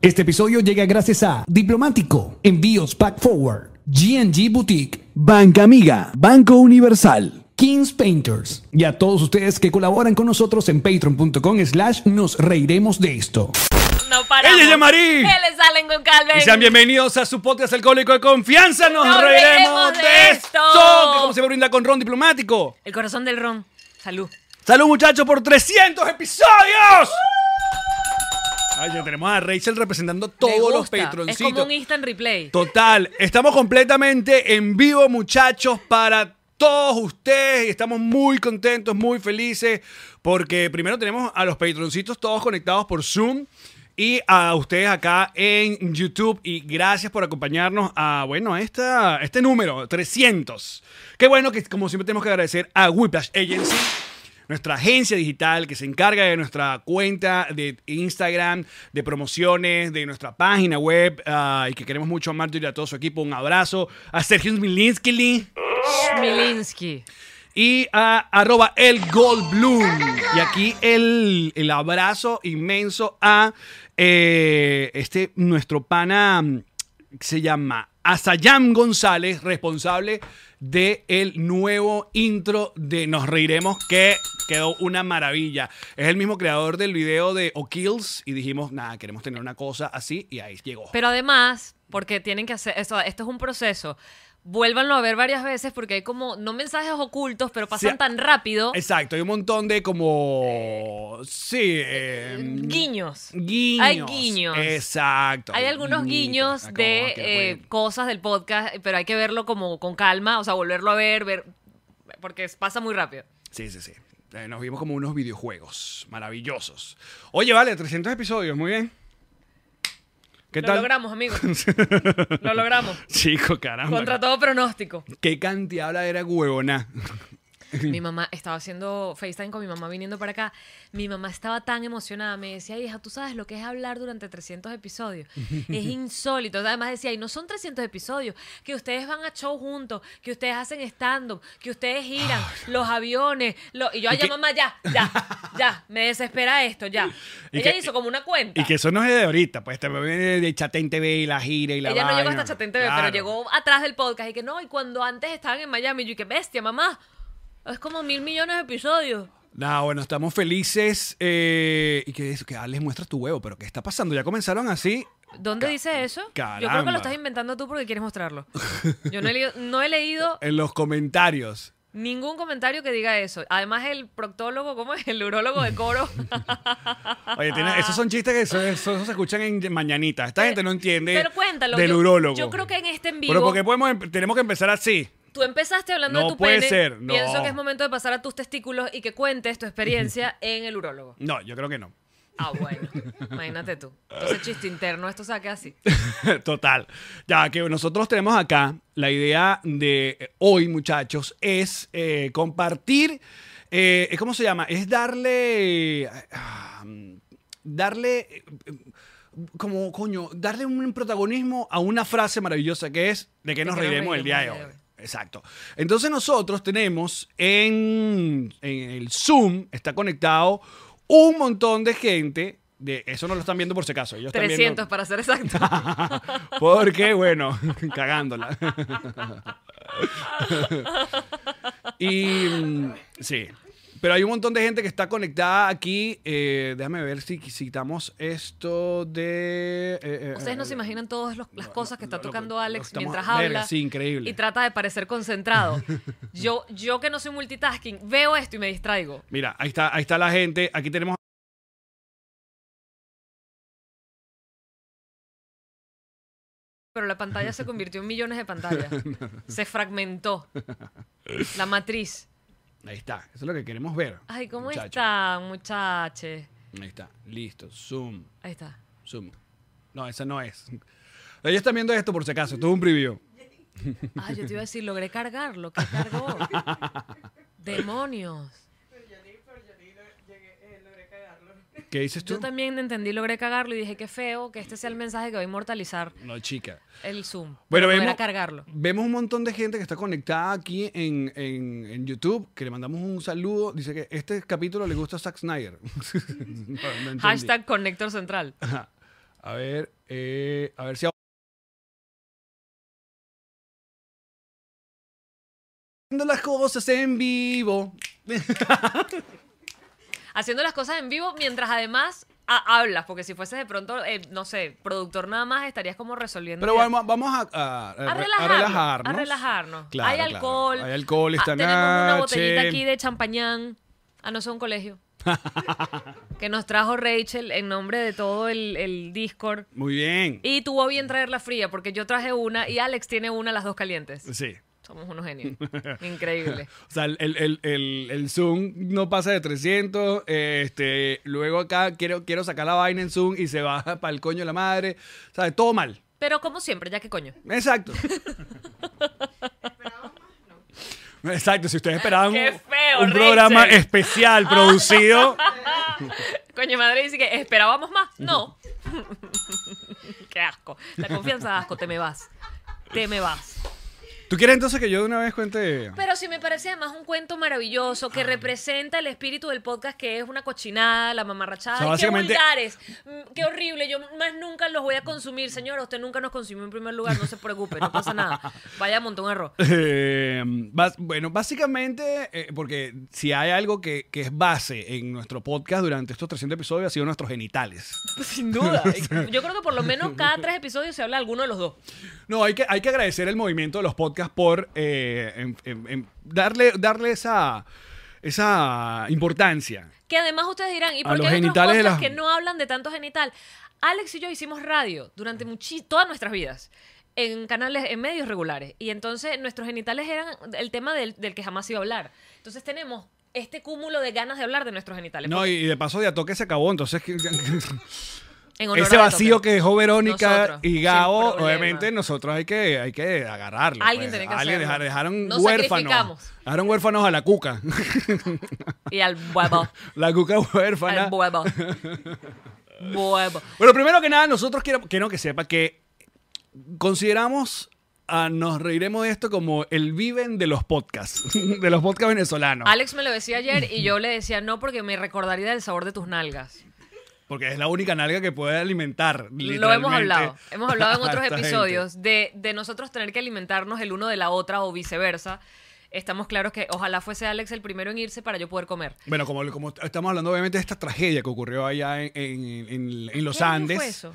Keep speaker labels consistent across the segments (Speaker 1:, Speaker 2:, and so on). Speaker 1: Este episodio llega gracias a Diplomático, Envíos Pack Forward, GNG Boutique,
Speaker 2: Banca Amiga, Banco Universal.
Speaker 1: Kings Painters y a todos ustedes que colaboran con nosotros en patreon.com slash nos reiremos de esto.
Speaker 3: No paramos.
Speaker 4: Ella es Yamari.
Speaker 3: Él es Allen Goncalves.
Speaker 4: Y sean bienvenidos a su podcast alcohólico de confianza. Nos,
Speaker 3: Nos
Speaker 4: reiremos
Speaker 3: reiremos
Speaker 4: de
Speaker 3: de
Speaker 4: esto.
Speaker 3: esto.
Speaker 4: Que como se brinda con ron diplomático.
Speaker 3: El corazón del ron. Salud.
Speaker 4: Salud muchachos por 300 episodios. Ay, ya tenemos a Rachel representando
Speaker 3: Me
Speaker 4: todos los
Speaker 3: gusta. Es
Speaker 4: patroncitos.
Speaker 3: como un instant replay.
Speaker 4: Total, estamos completamente en vivo, muchachos, para todos ustedes y estamos muy contentos, muy felices, porque primero tenemos a los patroncitos todos conectados por Zoom y a ustedes acá en YouTube y gracias por acompañarnos a, bueno, a esta, este número, 300. Qué bueno que como siempre tenemos que agradecer a Whiplash Agency nuestra agencia digital que se encarga de nuestra cuenta de Instagram, de promociones, de nuestra página web ah, y que queremos mucho a Marjorie y a todo su equipo. Un abrazo a Sergio Smilinski
Speaker 3: Milinsky.
Speaker 4: y a arroba el Goldblum. Y aquí el, el abrazo inmenso a eh, este nuestro pana mm, se llama Asayam González, responsable de el nuevo intro de Nos Reiremos, que quedó una maravilla. Es el mismo creador del video de O'Kills y dijimos, nada, queremos tener una cosa así y ahí llegó.
Speaker 3: Pero además, porque tienen que hacer eso, esto es un proceso. Vuélvanlo a ver varias veces porque hay como no mensajes ocultos, pero pasan
Speaker 4: Sí.
Speaker 3: tan rápido.
Speaker 4: Exacto, hay un montón de como... Sí. eh,
Speaker 3: Guiños.
Speaker 4: Guiños.
Speaker 3: Hay guiños.
Speaker 4: Exacto.
Speaker 3: Hay algunos guiños
Speaker 4: Acabo
Speaker 3: de
Speaker 4: que fue-
Speaker 3: eh, cosas del podcast, pero hay que verlo como con calma, o sea, volverlo a ver, ver porque pasa muy rápido.
Speaker 4: Sí, sí, sí. Eh, nos vimos como unos videojuegos maravillosos. Oye, vale, 300 episodios, muy bien. ¿Qué
Speaker 3: Lo
Speaker 4: tal?
Speaker 3: logramos, amigos. Lo logramos.
Speaker 4: Chico, caramba.
Speaker 3: Contra todo pronóstico.
Speaker 4: ¿Qué cantidad habla era huevona?
Speaker 3: Mi mamá estaba haciendo FaceTime con mi mamá viniendo para acá. Mi mamá estaba tan emocionada. Me decía, hija, tú sabes lo que es hablar durante 300 episodios. Es insólito. Además decía, y no son 300 episodios. Que ustedes van a show juntos, que ustedes hacen stand-up, que ustedes giran, los aviones. lo-". Y yo, ay, ya,
Speaker 4: que-
Speaker 3: mamá, ya, ya, ya. Me desespera esto, ya.
Speaker 4: Y
Speaker 3: Ella
Speaker 4: que-
Speaker 3: hizo como una cuenta.
Speaker 4: Y que eso no es de ahorita, pues te viene de Chatén TV y la gira y la
Speaker 3: Ella no llegó
Speaker 4: vaina.
Speaker 3: hasta Chatén TV,
Speaker 4: Claro.
Speaker 3: pero llegó atrás del podcast. Y que no, y cuando antes estaban en Miami, yo, y que bestia, mamá. Es como mil millones de episodios.
Speaker 4: Nah, bueno, estamos felices. eh, y que eso, que ah, les muestras tu huevo, pero ¿qué está pasando? Ya comenzaron así.
Speaker 3: ¿Dónde dice eso? Yo creo que
Speaker 4: caramba.
Speaker 3: lo estás inventando tú porque quieres mostrarlo. Yo no he leído, no he leído
Speaker 4: en los comentarios.
Speaker 3: ningún comentario que diga eso. Además, el proctólogo, ¿cómo es? El urólogo de coro.
Speaker 4: Oye, tiene- esos son chistes que eso, eso- eso se escuchan en mañanita. Esta gente no entiende.
Speaker 3: Pero cuéntalo.
Speaker 4: Del
Speaker 3: yo,
Speaker 4: urólogo.
Speaker 3: Yo creo que en este en vivo.
Speaker 4: Pero porque podemos em- tenemos que empezar así.
Speaker 3: Tú empezaste hablando
Speaker 4: No
Speaker 3: de tu
Speaker 4: puede
Speaker 3: pene.
Speaker 4: ser, no.
Speaker 3: Pienso que es momento de pasar a tus testículos y que cuentes tu experiencia en el urólogo.
Speaker 4: No, yo creo que no.
Speaker 3: Ah, bueno. Imagínate tú. Entonces, chiste interno, esto saque así.
Speaker 4: Total. Ya que nosotros tenemos acá, la idea de eh, hoy, muchachos, es eh, compartir. eh, ¿Cómo se llama? Es darle. eh, ah, darle. eh, eh, como, coño, darle un protagonismo a una frase maravillosa que es: ¿de qué
Speaker 3: ¿De
Speaker 4: nos
Speaker 3: qué nos
Speaker 4: reiremos el día de hoy?
Speaker 3: hoy?
Speaker 4: Exacto. Entonces nosotros tenemos en, en el Zoom, está conectado un montón de gente. De, eso no lo están viendo por si acaso. Ellos están
Speaker 3: 300
Speaker 4: viendo-
Speaker 3: para ser exacto.
Speaker 4: porque, bueno, cagándola. y mm, sí. Pero hay un montón de gente que está conectada aquí. eh, déjame ver si quitamos esto de. eh, eh,
Speaker 3: Ustedes no se
Speaker 4: eh,
Speaker 3: imaginan todas los- las cosas que está
Speaker 4: lo- lo-
Speaker 3: tocando
Speaker 4: lo
Speaker 3: Alex
Speaker 4: estamos-
Speaker 3: mientras
Speaker 4: verga,
Speaker 3: habla.
Speaker 4: sí, increíble.
Speaker 3: Y trata de parecer concentrado. yo, yo que no soy multitasking, veo esto y me distraigo.
Speaker 4: Mira, ahí está, ahí está la gente. Aquí tenemos.
Speaker 3: Pero la pantalla se convirtió en millones de pantallas. Se fragmentó. La matriz.
Speaker 4: Ahí está. Eso es lo que queremos ver.
Speaker 3: Ay, ¿cómo
Speaker 4: muchachos.
Speaker 3: está, muchache?
Speaker 4: Ahí está. Listo. Zoom.
Speaker 3: Ahí está.
Speaker 4: Zoom. No, esa no es. Ellos están viendo esto por si acaso. Esto es un preview.
Speaker 3: Ah, yo te iba a decir, logré cargarlo. ¿Qué cargó? Demonios.
Speaker 4: ¿Qué dices tú?
Speaker 3: Yo también entendí, logré cagarlo y dije, qué feo que este sea el mensaje que va a inmortalizar
Speaker 4: No, chica.
Speaker 3: el Zoom.
Speaker 4: Bueno,
Speaker 3: Pero
Speaker 4: vemos,
Speaker 3: logré cargarlo.
Speaker 4: vemos un montón de gente que está conectada aquí en, en- en YouTube, que le mandamos un saludo. Dice que este capítulo le gusta a Zack Snyder. No, no entendí.
Speaker 3: Hashtag Conector Central.
Speaker 4: Ajá. A ver, eh, a ver si... ahora- Haciendo las cosas en vivo.
Speaker 3: Haciendo las cosas en vivo mientras además ha- hablas, porque si fueses de pronto, eh, no sé, productor nada más, estarías como resolviendo.
Speaker 4: Pero
Speaker 3: ya-
Speaker 4: vamos, vamos a, a, eh,
Speaker 3: A
Speaker 4: re-
Speaker 3: relajarnos.
Speaker 4: A relajarnos.
Speaker 3: a relajarnos.
Speaker 4: Claro,
Speaker 3: hay
Speaker 4: claro.
Speaker 3: alcohol.
Speaker 4: Hay alcohol esta
Speaker 3: Ah, Tenemos una botellita
Speaker 4: noche.
Speaker 3: aquí de champañán. Ah, no, es un colegio. que nos trajo Rachel en nombre de todo el, el Discord.
Speaker 4: Muy bien.
Speaker 3: Y tuvo bien traerla fría, porque yo traje una y Alex tiene una, las dos calientes.
Speaker 4: Sí.
Speaker 3: Somos unos genios. Increíble.
Speaker 4: O sea, el, el- el- el- el Zoom no pasa de 300. eh, Este, luego acá quiero, quiero sacar la vaina en Zoom y se va para el coño de la madre. O sea, todo mal.
Speaker 3: Pero como siempre, ya que coño.
Speaker 4: Exacto. Exacto, si ustedes esperaban
Speaker 3: Qué
Speaker 4: un-
Speaker 3: feo,
Speaker 4: un
Speaker 3: Rachel.
Speaker 4: programa especial producido.
Speaker 3: Coño madre dice que esperábamos más. No. Qué asco. La confianza da asco, te me vas. Te me vas.
Speaker 4: ¿Tú quieres entonces que yo de una vez cuente?
Speaker 3: Pero sí me parece además un cuento maravilloso
Speaker 4: Ah.
Speaker 3: que representa el espíritu del podcast, que es una cochinada, la mamarrachada.
Speaker 4: O sea,
Speaker 3: Ay, qué
Speaker 4: básicamente-
Speaker 3: vulgares, Mm, qué horrible. Yo más nunca los voy a consumir, señor. Usted nunca nos consumió en primer lugar, no se preocupe, no pasa nada. Vaya, montó un error.
Speaker 4: Eh, bas- bueno, básicamente, eh, porque si hay algo que, que es base en nuestro podcast durante estos 300 episodios, ha sido nuestros genitales.
Speaker 3: Sin duda. Yo creo que por lo menos cada tres episodios se habla de alguno de los dos.
Speaker 4: No, hay que, hay que agradecer el movimiento de los podcasts por eh, en- en- en darle, darle esa, esa importancia.
Speaker 3: Que además ustedes dirán, ¿y
Speaker 4: A
Speaker 3: por qué
Speaker 4: los
Speaker 3: hay otros
Speaker 4: genitales de
Speaker 3: podcasts
Speaker 4: las-
Speaker 3: que no hablan de tanto genital? Alex y yo hicimos radio durante muchi- todas nuestras vidas en canales, en medios regulares. Y entonces nuestros genitales eran el tema del, del que jamás iba a hablar. Entonces tenemos este cúmulo de ganas de hablar de nuestros genitales.
Speaker 4: No, y, y de paso de a toque se acabó, entonces que-
Speaker 3: En honor
Speaker 4: ese
Speaker 3: a
Speaker 4: vacío
Speaker 3: Beethoven.
Speaker 4: que dejó Verónica
Speaker 3: Nosotros,
Speaker 4: y
Speaker 3: sin
Speaker 4: Gabo,
Speaker 3: problema.
Speaker 4: obviamente nosotros hay que, hay que agarrarlo.
Speaker 3: Alguien
Speaker 4: pues.
Speaker 3: tiene que
Speaker 4: Alguien
Speaker 3: hacerlo.
Speaker 4: dejar- dejaron
Speaker 3: Nos
Speaker 4: huérfanos.
Speaker 3: sacrificamos.
Speaker 4: Dejaron huérfanos a la cuca.
Speaker 3: Y al huevo.
Speaker 4: La cuca huérfana.
Speaker 3: al huevo. Huevo.
Speaker 4: Bueno, primero que nada, nosotros quiero, quiero que sepa que consideramos, a, nos reiremos de esto como el viven de los podcasts, de los podcasts venezolanos.
Speaker 3: Alex me lo decía ayer y yo le decía no porque me recordaría del sabor de tus nalgas.
Speaker 4: Porque es la única nalga que puede alimentar.
Speaker 3: Lo hemos
Speaker 4: literalmente,
Speaker 3: hablado. Hemos hablado en
Speaker 4: a
Speaker 3: otros
Speaker 4: esta
Speaker 3: episodios de, de nosotros tener que alimentarnos el uno de la otra o viceversa. Estamos claros que ojalá fuese Alex el primero en irse para yo poder comer.
Speaker 4: gente. Bueno, como, como estamos hablando obviamente de esta tragedia que ocurrió allá en, en- en- en los
Speaker 3: ¿Qué año
Speaker 4: Andes.
Speaker 3: fue eso?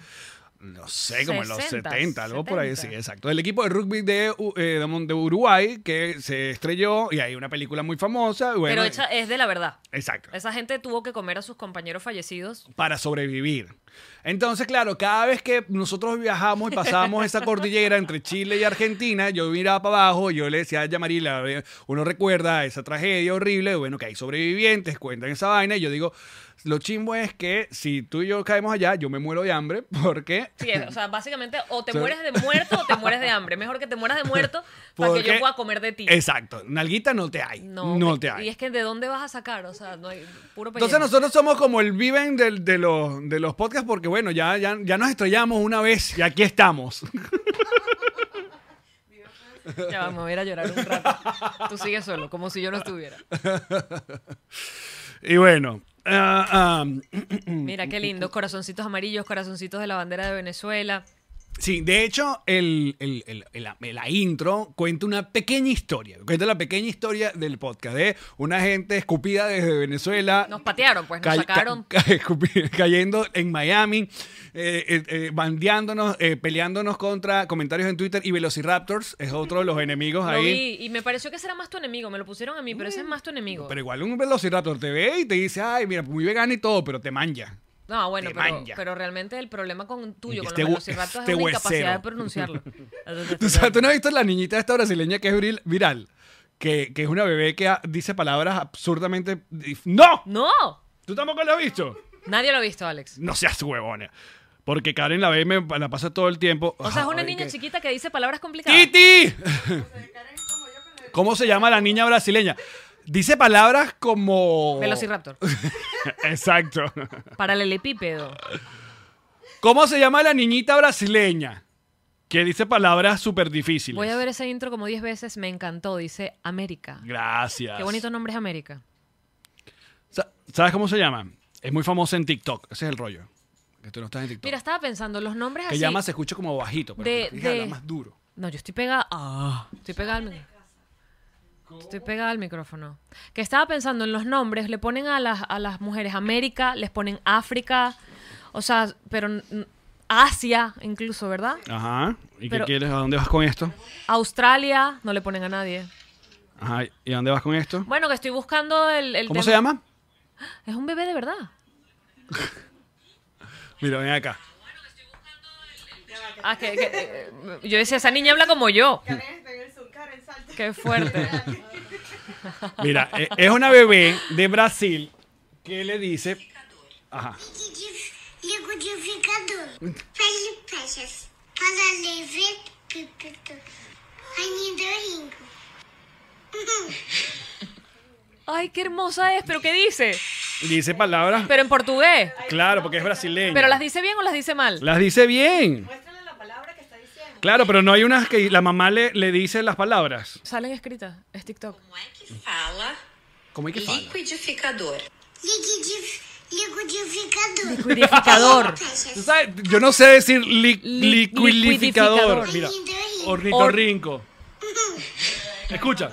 Speaker 4: No sé, como en los
Speaker 3: 60,
Speaker 4: 70, algo por ahí, sí,
Speaker 3: 70.
Speaker 4: exacto. El equipo de rugby de, U- eh, de Mon- de Uruguay que se estrelló y hay una película muy famosa. bueno,
Speaker 3: Pero hecha- es de la verdad.
Speaker 4: Exacto.
Speaker 3: Esa gente tuvo que comer a sus compañeros fallecidos.
Speaker 4: para sobrevivir. Entonces, claro, cada vez que nosotros viajamos y pasamos esa cordillera entre Chile y Argentina, yo miraba para abajo y yo le decía a Yamarila, eh, uno recuerda esa tragedia horrible, bueno, que hay sobrevivientes, cuentan esa vaina, y yo digo, lo chimbo es que si tú y yo caemos allá, yo me muero de hambre porque...
Speaker 3: Sí, o sea, básicamente o te
Speaker 4: Sí.
Speaker 3: mueres de muerto o te mueres de hambre. Mejor que te mueras de muerto para que
Speaker 4: Porque-
Speaker 3: yo pueda comer de ti.
Speaker 4: Exacto, nalguita no te hay, no,
Speaker 3: No, me-
Speaker 4: te hay.
Speaker 3: Y es que ¿de dónde vas a sacar? O sea, no hay puro pellejo.
Speaker 4: Entonces nosotros somos como el viven del- de, los, de los podcasts porque bueno, ya, ya, ya nos estrellamos una vez y aquí estamos.
Speaker 3: Ya vamos a ir a llorar un rato. Tú sigues solo, como si yo no estuviera.
Speaker 4: Y bueno, ah, ah,
Speaker 3: Mira qué lindo, corazoncitos amarillos, corazoncitos de la bandera de Venezuela.
Speaker 4: Sí, de hecho, el, el- el- el- la- la intro cuenta una pequeña historia. Cuenta la pequeña historia del podcast de una gente escupida desde Venezuela.
Speaker 3: Nos patearon, pues, nos
Speaker 4: ca-
Speaker 3: sacaron.
Speaker 4: ca- ca- escupi- cayendo en Miami, eh, eh, eh, bandeándonos, eh, peleándonos contra comentarios en Twitter y Velociraptors es otro de los enemigos
Speaker 3: Lo
Speaker 4: ahí. Mm.
Speaker 3: vi y me pareció que ese era más tu enemigo, me lo pusieron a mí, pero ese es más tu enemigo.
Speaker 4: Pero igual un Velociraptor te ve y te dice, ay, mira, muy vegano y todo, pero te manja.
Speaker 3: No, bueno,
Speaker 4: Te
Speaker 3: pero,
Speaker 4: manja.
Speaker 3: pero realmente el problema con tuyo,
Speaker 4: Este
Speaker 3: con
Speaker 4: hue-
Speaker 3: los velociraptors
Speaker 4: este
Speaker 3: es una incapacidad
Speaker 4: huesero.
Speaker 3: de pronunciarlo.
Speaker 4: ¿Tú, sabes- tú no has visto la niñita esta brasileña que es viril- viral? Que, que es una bebé que ah, dice palabras absurdamente... dif- ¡No!
Speaker 3: ¡No!
Speaker 4: ¿Tú tampoco lo has visto?
Speaker 3: Nadie lo ha visto, Alex.
Speaker 4: No seas huevona. Porque Karen la ve, me la pasa todo el tiempo.
Speaker 3: O sea, es una
Speaker 4: Ay,
Speaker 3: niña
Speaker 4: que-
Speaker 3: chiquita que dice palabras complicadas.
Speaker 4: ¡Titi! ¿Cómo se llama la niña brasileña? Dice palabras como...
Speaker 3: Velociraptor.
Speaker 4: Exacto.
Speaker 3: Paralelepípedo.
Speaker 4: ¿Cómo se llama la niñita brasileña? Que dice palabras súper difíciles.
Speaker 3: Voy a ver ese intro como 10 veces. Me encantó. Dice América.
Speaker 4: Gracias.
Speaker 3: Qué bonito nombre es América.
Speaker 4: Sa- ¿Sabes cómo se llama? Es muy famosa en TikTok. Ese es el rollo. Que tú no estás en TikTok.
Speaker 3: Mira, estaba pensando, los nombres
Speaker 4: que
Speaker 3: así.
Speaker 4: llama se escucha como bajito, pero
Speaker 3: De-
Speaker 4: que diga, habla
Speaker 3: de-
Speaker 4: más duro.
Speaker 3: No, yo estoy pegada. Ah, estoy pegada al micrófono. Estoy pegada al micrófono. Que estaba pensando en los nombres, le ponen a las, a las mujeres América, les ponen África, o sea, pero n- Asia incluso, ¿verdad?
Speaker 4: Ajá. ¿Y
Speaker 3: Pero-
Speaker 4: qué quieres? ¿A dónde vas con esto?
Speaker 3: Australia, no le ponen a nadie.
Speaker 4: Ajá. ¿Y a dónde vas con esto?
Speaker 3: Bueno, que estoy buscando el... el
Speaker 4: ¿Cómo
Speaker 3: tema.
Speaker 4: se llama?
Speaker 3: Es un bebé de verdad.
Speaker 4: Mira, ven acá.
Speaker 3: Ah, que, que- eh, yo decía, esa niña habla como yo. Qué fuerte.
Speaker 4: Mira, eh, es una bebé de Brasil que le dice. Ajá.
Speaker 5: Liquidificador. Pele peixes. Para levar pípeto. Anidoringo.
Speaker 3: Ay, qué hermosa es, pero ¿qué dice?
Speaker 4: Dice palabras.
Speaker 3: Pero en portugués.
Speaker 4: Claro, porque es brasileña.
Speaker 3: ¿Pero las dice bien o las dice mal?
Speaker 4: Las dice bien. Claro, pero no hay unas que la mamá le, le dice las palabras.
Speaker 3: Salen escritas, es TikTok.
Speaker 6: Como é que fala
Speaker 4: ¿Cómo hay é que fala?
Speaker 6: liquidificador?
Speaker 5: Liquidif liquidificador.
Speaker 3: Liquidificador.
Speaker 4: Tú sabes, Yo no sé decir li-
Speaker 3: Li-
Speaker 4: liquidificador.
Speaker 3: liquidificador.
Speaker 4: Mira,
Speaker 5: Anidoringo.
Speaker 4: ornitorrinco. Escucha.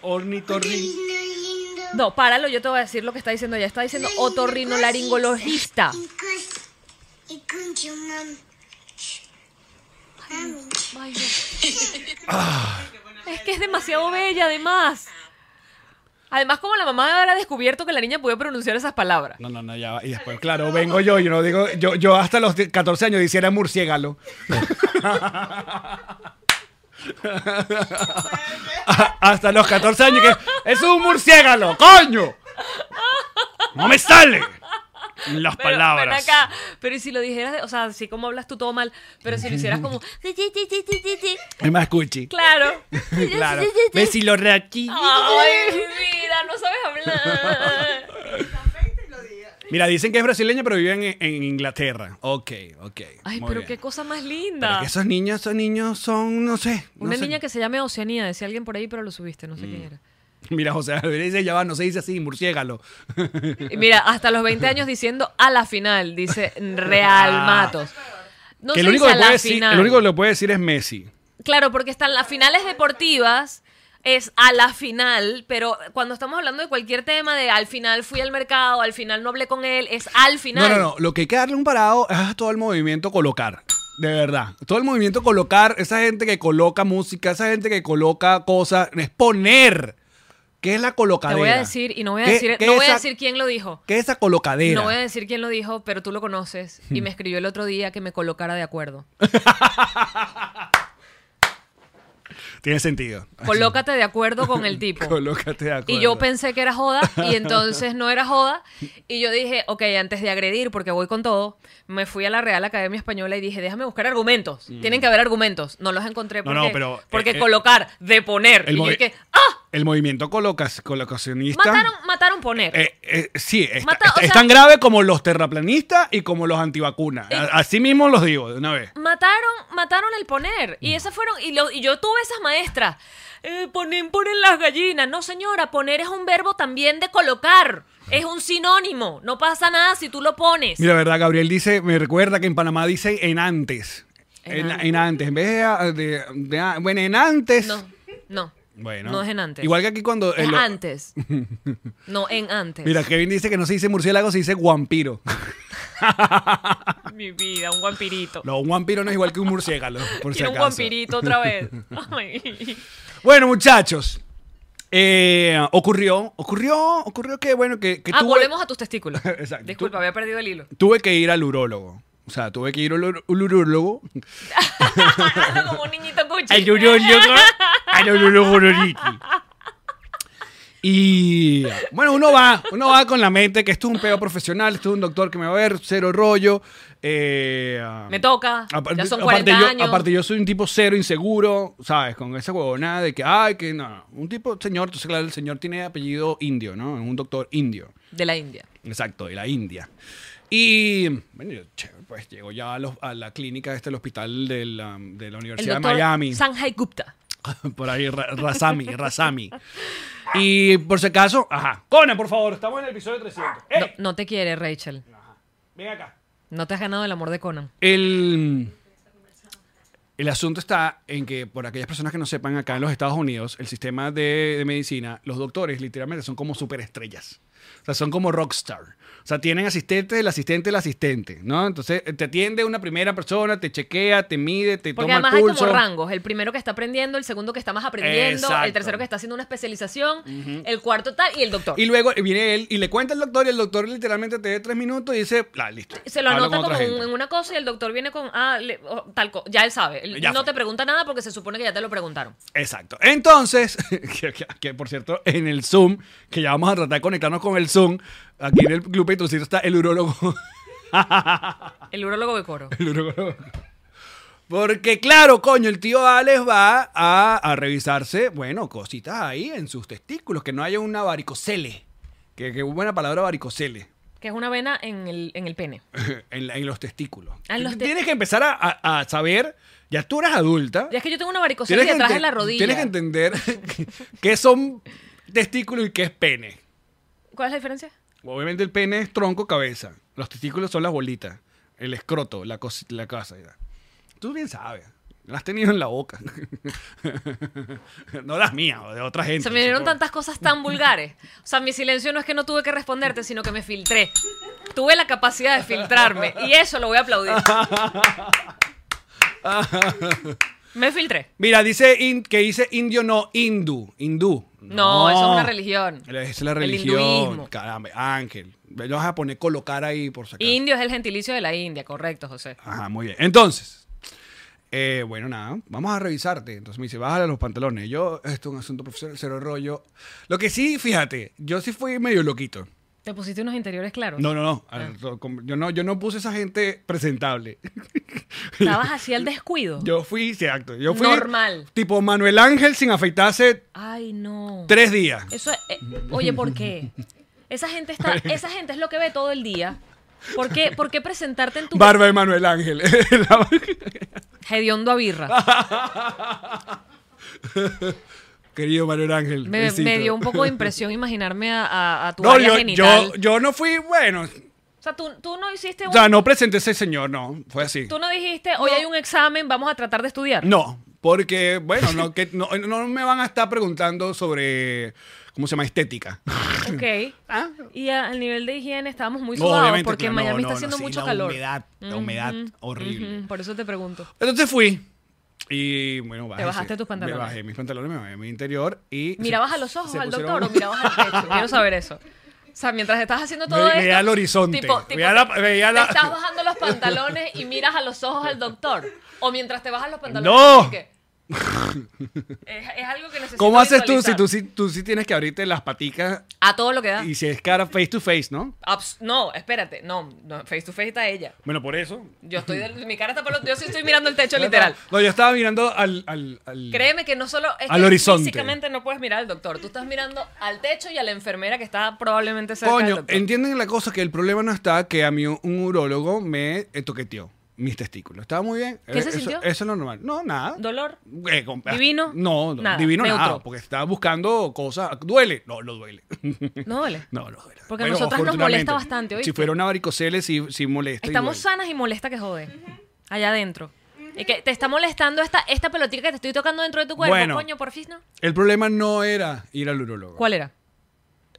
Speaker 4: Ornitorrinco.
Speaker 5: Lindo.
Speaker 3: No, páralo, yo te voy a decir lo que está diciendo ella. Está diciendo otorrinolaringologista.
Speaker 5: Encosta. E conte o um nome. Mami.
Speaker 3: Ay, no. es que es demasiado bella, además. Además, como la mamá habrá descubierto que la niña podía pronunciar esas palabras.
Speaker 4: No, no, no, ya va. Y después, claro, vengo yo, yo no digo, yo, yo hasta los 14 años decía era murciégalo. hasta los 14 años que es un murciégalo, coño. No me sale las
Speaker 3: Pero,
Speaker 4: palabras.
Speaker 3: ven acá, pero y si lo dijeras, de- o sea, así como hablas tú todo mal, pero si lo hicieras como.
Speaker 4: Es más cuchi.
Speaker 3: Claro.
Speaker 4: Claro. Ve si lo reachi.
Speaker 3: Ay, mi vida, no sabes hablar.
Speaker 4: Mira, dicen que es brasileña, pero viven en, en Inglaterra. Ok, ok.
Speaker 3: Ay,
Speaker 4: muy
Speaker 3: pero
Speaker 4: bien.
Speaker 3: qué cosa más
Speaker 4: Pero
Speaker 3: linda.
Speaker 4: que esos niños, esos niños son, no sé. no
Speaker 3: Ah. Una
Speaker 4: sé. Mm.
Speaker 3: niña que se llame Oceanía, decía alguien por ahí, pero lo subiste, no sé quién era.
Speaker 4: Mira, José Alvarez dice, ya va, no se dice así, murciégalo.
Speaker 3: Y mira, hasta los 20 años diciendo a la final, dice Real Matos. No
Speaker 4: Ah,
Speaker 3: se
Speaker 4: que el
Speaker 3: dice
Speaker 4: único que,
Speaker 3: a
Speaker 4: puede
Speaker 3: la
Speaker 4: decir,
Speaker 3: final.
Speaker 4: el único que lo puede decir es Messi.
Speaker 3: Claro, porque están las finales deportivas, es a la final, pero cuando estamos hablando de cualquier tema de al final fui al mercado, al final no hablé con él, es al final.
Speaker 4: No, no, no. Lo que hay que darle un parado es a todo el movimiento colocar. De verdad. Todo el movimiento colocar, esa gente que coloca música, esa gente que coloca cosas, es poner. ¿Qué es la colocadera?
Speaker 3: Te voy a decir, y no voy a
Speaker 4: ¿Qué-
Speaker 3: decir,
Speaker 4: qué
Speaker 3: no
Speaker 4: es
Speaker 3: voy a
Speaker 4: esa-
Speaker 3: decir quién lo dijo.
Speaker 4: ¿Qué es esa colocadera?
Speaker 3: No voy a decir quién lo dijo, pero tú lo conoces. Y me escribió el otro día que me colocara de acuerdo.
Speaker 4: Ah, Tiene sentido.
Speaker 3: Colócate de acuerdo con el tipo.
Speaker 4: Colócate de acuerdo.
Speaker 3: Y yo pensé que era joda y entonces no era joda. Y yo dije, ok, antes de agredir, porque voy con todo, me fui a la Real Academia Española y dije, déjame buscar argumentos. Tienen que haber argumentos. No los encontré
Speaker 4: Mm. No,
Speaker 3: porque,
Speaker 4: no, pero,
Speaker 3: porque
Speaker 4: eh, eh,
Speaker 3: colocar, de poner.
Speaker 4: el
Speaker 3: y yo
Speaker 4: movi-
Speaker 3: dije, ¡ah!
Speaker 4: El movimiento colocas, colocacionista.
Speaker 3: Mataron, mataron poner.
Speaker 4: Eh, eh, sí, está-
Speaker 3: Mata-
Speaker 4: está-
Speaker 3: o
Speaker 4: es
Speaker 3: sea-
Speaker 4: tan grave como los terraplanistas y como los antivacunas. A- Así mismo los digo de una vez.
Speaker 3: Mataron, mataron el poner.
Speaker 4: Mm.
Speaker 3: Y esas fueron, y, lo- y yo tuve esas maestras. Eh, ponen, ponen las gallinas. No, señora, poner es un verbo también de colocar. Es un sinónimo. No pasa nada si tú lo pones.
Speaker 4: Mira, verdad, Gabriel dice, me recuerda que en Panamá dice en antes. En,
Speaker 3: Enantes.
Speaker 4: en antes, en vez de, de- de- bueno, en antes.
Speaker 3: No, no.
Speaker 4: Bueno.
Speaker 3: No es en antes.
Speaker 4: Igual que aquí cuando.
Speaker 3: Es
Speaker 4: en lo-
Speaker 3: antes. No, en antes.
Speaker 4: Mira, Kevin dice que no se dice murciélago, se dice guampiro.
Speaker 3: Mi vida, un vampirito.
Speaker 4: No, un guampiro no es igual que un murciélago. Por si
Speaker 3: Quiero un
Speaker 4: acaso.
Speaker 3: vampirito otra vez. Ay.
Speaker 4: Bueno, muchachos. eh, ocurrió, ocurrió, ocurrió que, bueno, que, que
Speaker 3: Ah,
Speaker 4: tuve-
Speaker 3: volvemos a tus testículos.
Speaker 4: Exacto.
Speaker 3: Disculpa,
Speaker 4: Tú-
Speaker 3: había perdido el hilo.
Speaker 4: tuve que ir al urólogo. O sea, tuve que ir al ur- al urólogo.
Speaker 3: Como un niñito cuchi.
Speaker 4: Al urólogo. Al urólogo Noriki. Y bueno, uno va, uno va con la mente que esto es un peo profesional, esto es un doctor que me va a ver, cero rollo. eh, ah,
Speaker 3: Me toca, ya son 40
Speaker 4: aparte
Speaker 3: años.
Speaker 4: Yo, aparte yo soy un tipo cero inseguro, ¿sabes? Con esa huevonada de que, ay, que no. Un tipo, señor, entonces claro, el señor tiene apellido indio, ¿no? Es un doctor indio.
Speaker 3: De la India.
Speaker 4: Exacto, de la India. Y bueno, yo, chévere, pues llego ya a, los- a la clínica, este, el hospital de la, de la
Speaker 3: El
Speaker 4: Universidad de
Speaker 3: doctor
Speaker 4: Miami.
Speaker 3: Sanjay Gupta.
Speaker 4: por ahí, Ra- Razami, Razami. Y por si acaso, ajá. Conan, por favor, estamos en el episodio 300. ¡Ey!
Speaker 3: No, no te quiere, Rachel.
Speaker 4: Ven acá.
Speaker 3: No te has ganado el amor de Conan.
Speaker 4: El, el asunto está en que, por aquellas personas que no sepan, acá en los Estados Unidos, el sistema de, de medicina, los doctores literalmente son como superestrellas. O sea, son como rockstar. O sea, tienen asistente, el asistente, el asistente, ¿no? Entonces, te atiende una primera persona, te chequea, te mide, te
Speaker 3: Porque
Speaker 4: toma
Speaker 3: además
Speaker 4: el
Speaker 3: hay
Speaker 4: pulso.
Speaker 3: como rangos. El primero que está aprendiendo, el segundo que está más aprendiendo,
Speaker 4: Exacto.
Speaker 3: el tercero que está haciendo una especialización, el cuarto tal y el doctor.
Speaker 4: Y luego viene él y le cuenta al doctor y el doctor literalmente te da tres minutos y dice, "Ah, listo.
Speaker 3: se lo
Speaker 4: Hablo
Speaker 3: anota
Speaker 4: con otra
Speaker 3: como un-
Speaker 4: gente".
Speaker 3: en una cosa y el doctor viene con ah, le- o tal cosa. Ya él sabe. Él
Speaker 4: Ya
Speaker 3: no
Speaker 4: fue.
Speaker 3: te pregunta nada porque se supone que ya te lo preguntaron.
Speaker 4: Exacto. Entonces, que, que- que, por cierto, en el Zoom, que ya vamos a tratar de conectarnos con el Zoom, aquí en el Club Petroncito está el urólogo.
Speaker 3: El urologo de coro.
Speaker 4: El urólogo. Porque claro, coño, el tío Alex va a, a revisarse, bueno, cositas ahí en sus testículos, que no haya una varicocele. Que, que buena palabra varicocele.
Speaker 3: Que es una vena en el, en el pene.
Speaker 4: En, la- en los testículos.
Speaker 3: Ah, en los te-
Speaker 4: Tienes que empezar a, a- a saber, ya tú eres adulta.
Speaker 3: Ya es que yo tengo una varicocele
Speaker 4: que
Speaker 3: detrás de
Speaker 4: enten-
Speaker 3: la rodilla.
Speaker 4: Tienes que entender qué son testículos y qué es pene.
Speaker 3: ¿Cuál es la diferencia?
Speaker 4: Obviamente el pene es tronco, cabeza. Los testículos son las bolitas. El escroto, la, cosi- la casa. ya. Tú bien sabes. Las has tenido en la boca. no las mías, de otra gente.
Speaker 3: Se me dieron
Speaker 4: supongo.
Speaker 3: tantas cosas tan vulgares. O sea, mi silencio no es que no tuve que responderte, sino que me filtré. Tuve la capacidad de filtrarme. Y eso lo voy a aplaudir. Me filtré.
Speaker 4: Mira, dice in- que dice indio, no hindú. Hindú.
Speaker 3: No, eso es una religión.
Speaker 4: Esa es la
Speaker 3: El
Speaker 4: religión.
Speaker 3: hinduismo.
Speaker 4: Caramba, Ángel. Lo vas a poner colocar ahí por sacar.
Speaker 3: Indio es el gentilicio de la India, correcto, José.
Speaker 4: Ajá, muy bien. Entonces, eh, bueno, nada, vamos a revisarte. Entonces me dice, bájale los pantalones. Yo, esto es un asunto profesional, cero rollo. Lo que sí, fíjate, yo sí fui medio loquito.
Speaker 3: ¿Te pusiste unos interiores claros?
Speaker 4: No, no, no.
Speaker 3: Ah.
Speaker 4: al- com- Yo no, yo no puse esa gente presentable.
Speaker 3: Estabas así al descuido.
Speaker 4: Yo fui, exacto. Yo fui.
Speaker 3: Normal.
Speaker 4: Tipo Manuel Ángel sin afeitarse
Speaker 3: Ay, no.
Speaker 4: tres días.
Speaker 3: Eso es, eh, oye, ¿por qué? Esa gente está, esa gente es lo que ve todo el día. ¿Por qué, por qué presentarte en tu
Speaker 4: Barba de Manuel Ángel. La-
Speaker 3: hediondo a birra?
Speaker 4: Ah, Querido Manuel Ángel.
Speaker 3: Me,
Speaker 4: besito.
Speaker 3: me dio un poco de impresión imaginarme a, a- a tu
Speaker 4: No,
Speaker 3: área
Speaker 4: yo,
Speaker 3: genital.
Speaker 4: yo, yo no fui, bueno.
Speaker 3: o sea, tú, tú no hiciste
Speaker 4: O
Speaker 3: un,
Speaker 4: sea, no presenté a ese señor, no. Fue así.
Speaker 3: tú no dijiste, hoy hay un examen, vamos a tratar de estudiar.
Speaker 4: No, porque, bueno, no, que, no, no me van a estar preguntando sobre, ¿cómo se llama? Estética.
Speaker 3: Ok. Y a- al nivel de higiene estábamos muy
Speaker 4: Ah. No,
Speaker 3: sudados
Speaker 4: obviamente,
Speaker 3: porque en
Speaker 4: claro,
Speaker 3: Miami
Speaker 4: no,
Speaker 3: está
Speaker 4: no,
Speaker 3: haciendo
Speaker 4: sí,
Speaker 3: mucho
Speaker 4: la
Speaker 3: calor.
Speaker 4: humedad, la humedad horrible.
Speaker 3: Ujú, por eso te pregunto.
Speaker 4: Entonces fui y, bueno, bajé,
Speaker 3: bajaste tus pantalones.
Speaker 4: Me bajé mis pantalones, me bajé mi interior y...
Speaker 3: ¿Mirabas
Speaker 4: se-
Speaker 3: a los ojos
Speaker 4: se
Speaker 3: al
Speaker 4: pusieron-
Speaker 3: doctor o mirabas al techo? Quiero saber eso. O sea, mientras estás haciendo todo
Speaker 4: Ve-
Speaker 3: esto...
Speaker 4: veía al horizonte, veía la-
Speaker 3: te-
Speaker 4: veía la-
Speaker 3: Te estás bajando los pantalones y miras a los ojos al doctor. O mientras te bajas los pantalones...
Speaker 4: ¡No!
Speaker 3: ¿por qué? Es, es algo que Eh, necesito
Speaker 4: ¿Cómo haces tú si
Speaker 3: visualizar. Ah.
Speaker 4: tú, sí- tú sí tienes que abrirte las paticas
Speaker 3: A todo lo que da.
Speaker 4: y si es cara face to face, no?
Speaker 3: Abs- no, espérate. No, no, face to face está ella.
Speaker 4: Bueno, por eso.
Speaker 3: Yo estoy... del- mi cara está por los... Yo sí estoy mirando el techo, literal.
Speaker 4: No, yo estaba mirando al... al, al-
Speaker 3: Créeme que no solo es
Speaker 4: Al
Speaker 3: que
Speaker 4: horizonte.
Speaker 3: físicamente no puedes mirar al doctor, tú estás mirando al techo y a la enfermera que está probablemente cerca del
Speaker 4: Coño, eh,
Speaker 3: doctor.
Speaker 4: entienden la cosa que el problema no está que a mí un urólogo me eh, toqueteó mis testículos. Estaba muy bien.
Speaker 3: ¿Qué
Speaker 4: Eh,
Speaker 3: se
Speaker 4: eso,
Speaker 3: sintió?
Speaker 4: Eso es lo normal. No, nada.
Speaker 3: ¿Dolor?
Speaker 4: Eh, con-
Speaker 3: ¿Divino?
Speaker 4: No, no,
Speaker 3: Nada,
Speaker 4: divino nada.
Speaker 3: neutro.
Speaker 4: Porque estaba buscando cosas. ¿Duele? No, no duele.
Speaker 3: No duele.
Speaker 4: No, no duele.
Speaker 3: Porque a nosotras nos
Speaker 4: afortunadamente.
Speaker 3: molesta bastante, ¿oíste?
Speaker 4: Si fuera una varicocele, sí, sí molesta. y
Speaker 3: Estamos
Speaker 4: duele.
Speaker 3: sanas y molesta que jode. Allá adentro. Y que te está molestando esta, esta pelotita que te estoy tocando dentro de tu cuerpo,
Speaker 4: Bueno.
Speaker 3: coño, por fin, ¿no?
Speaker 4: El problema no era ir al urólogo.
Speaker 3: ¿Cuál era?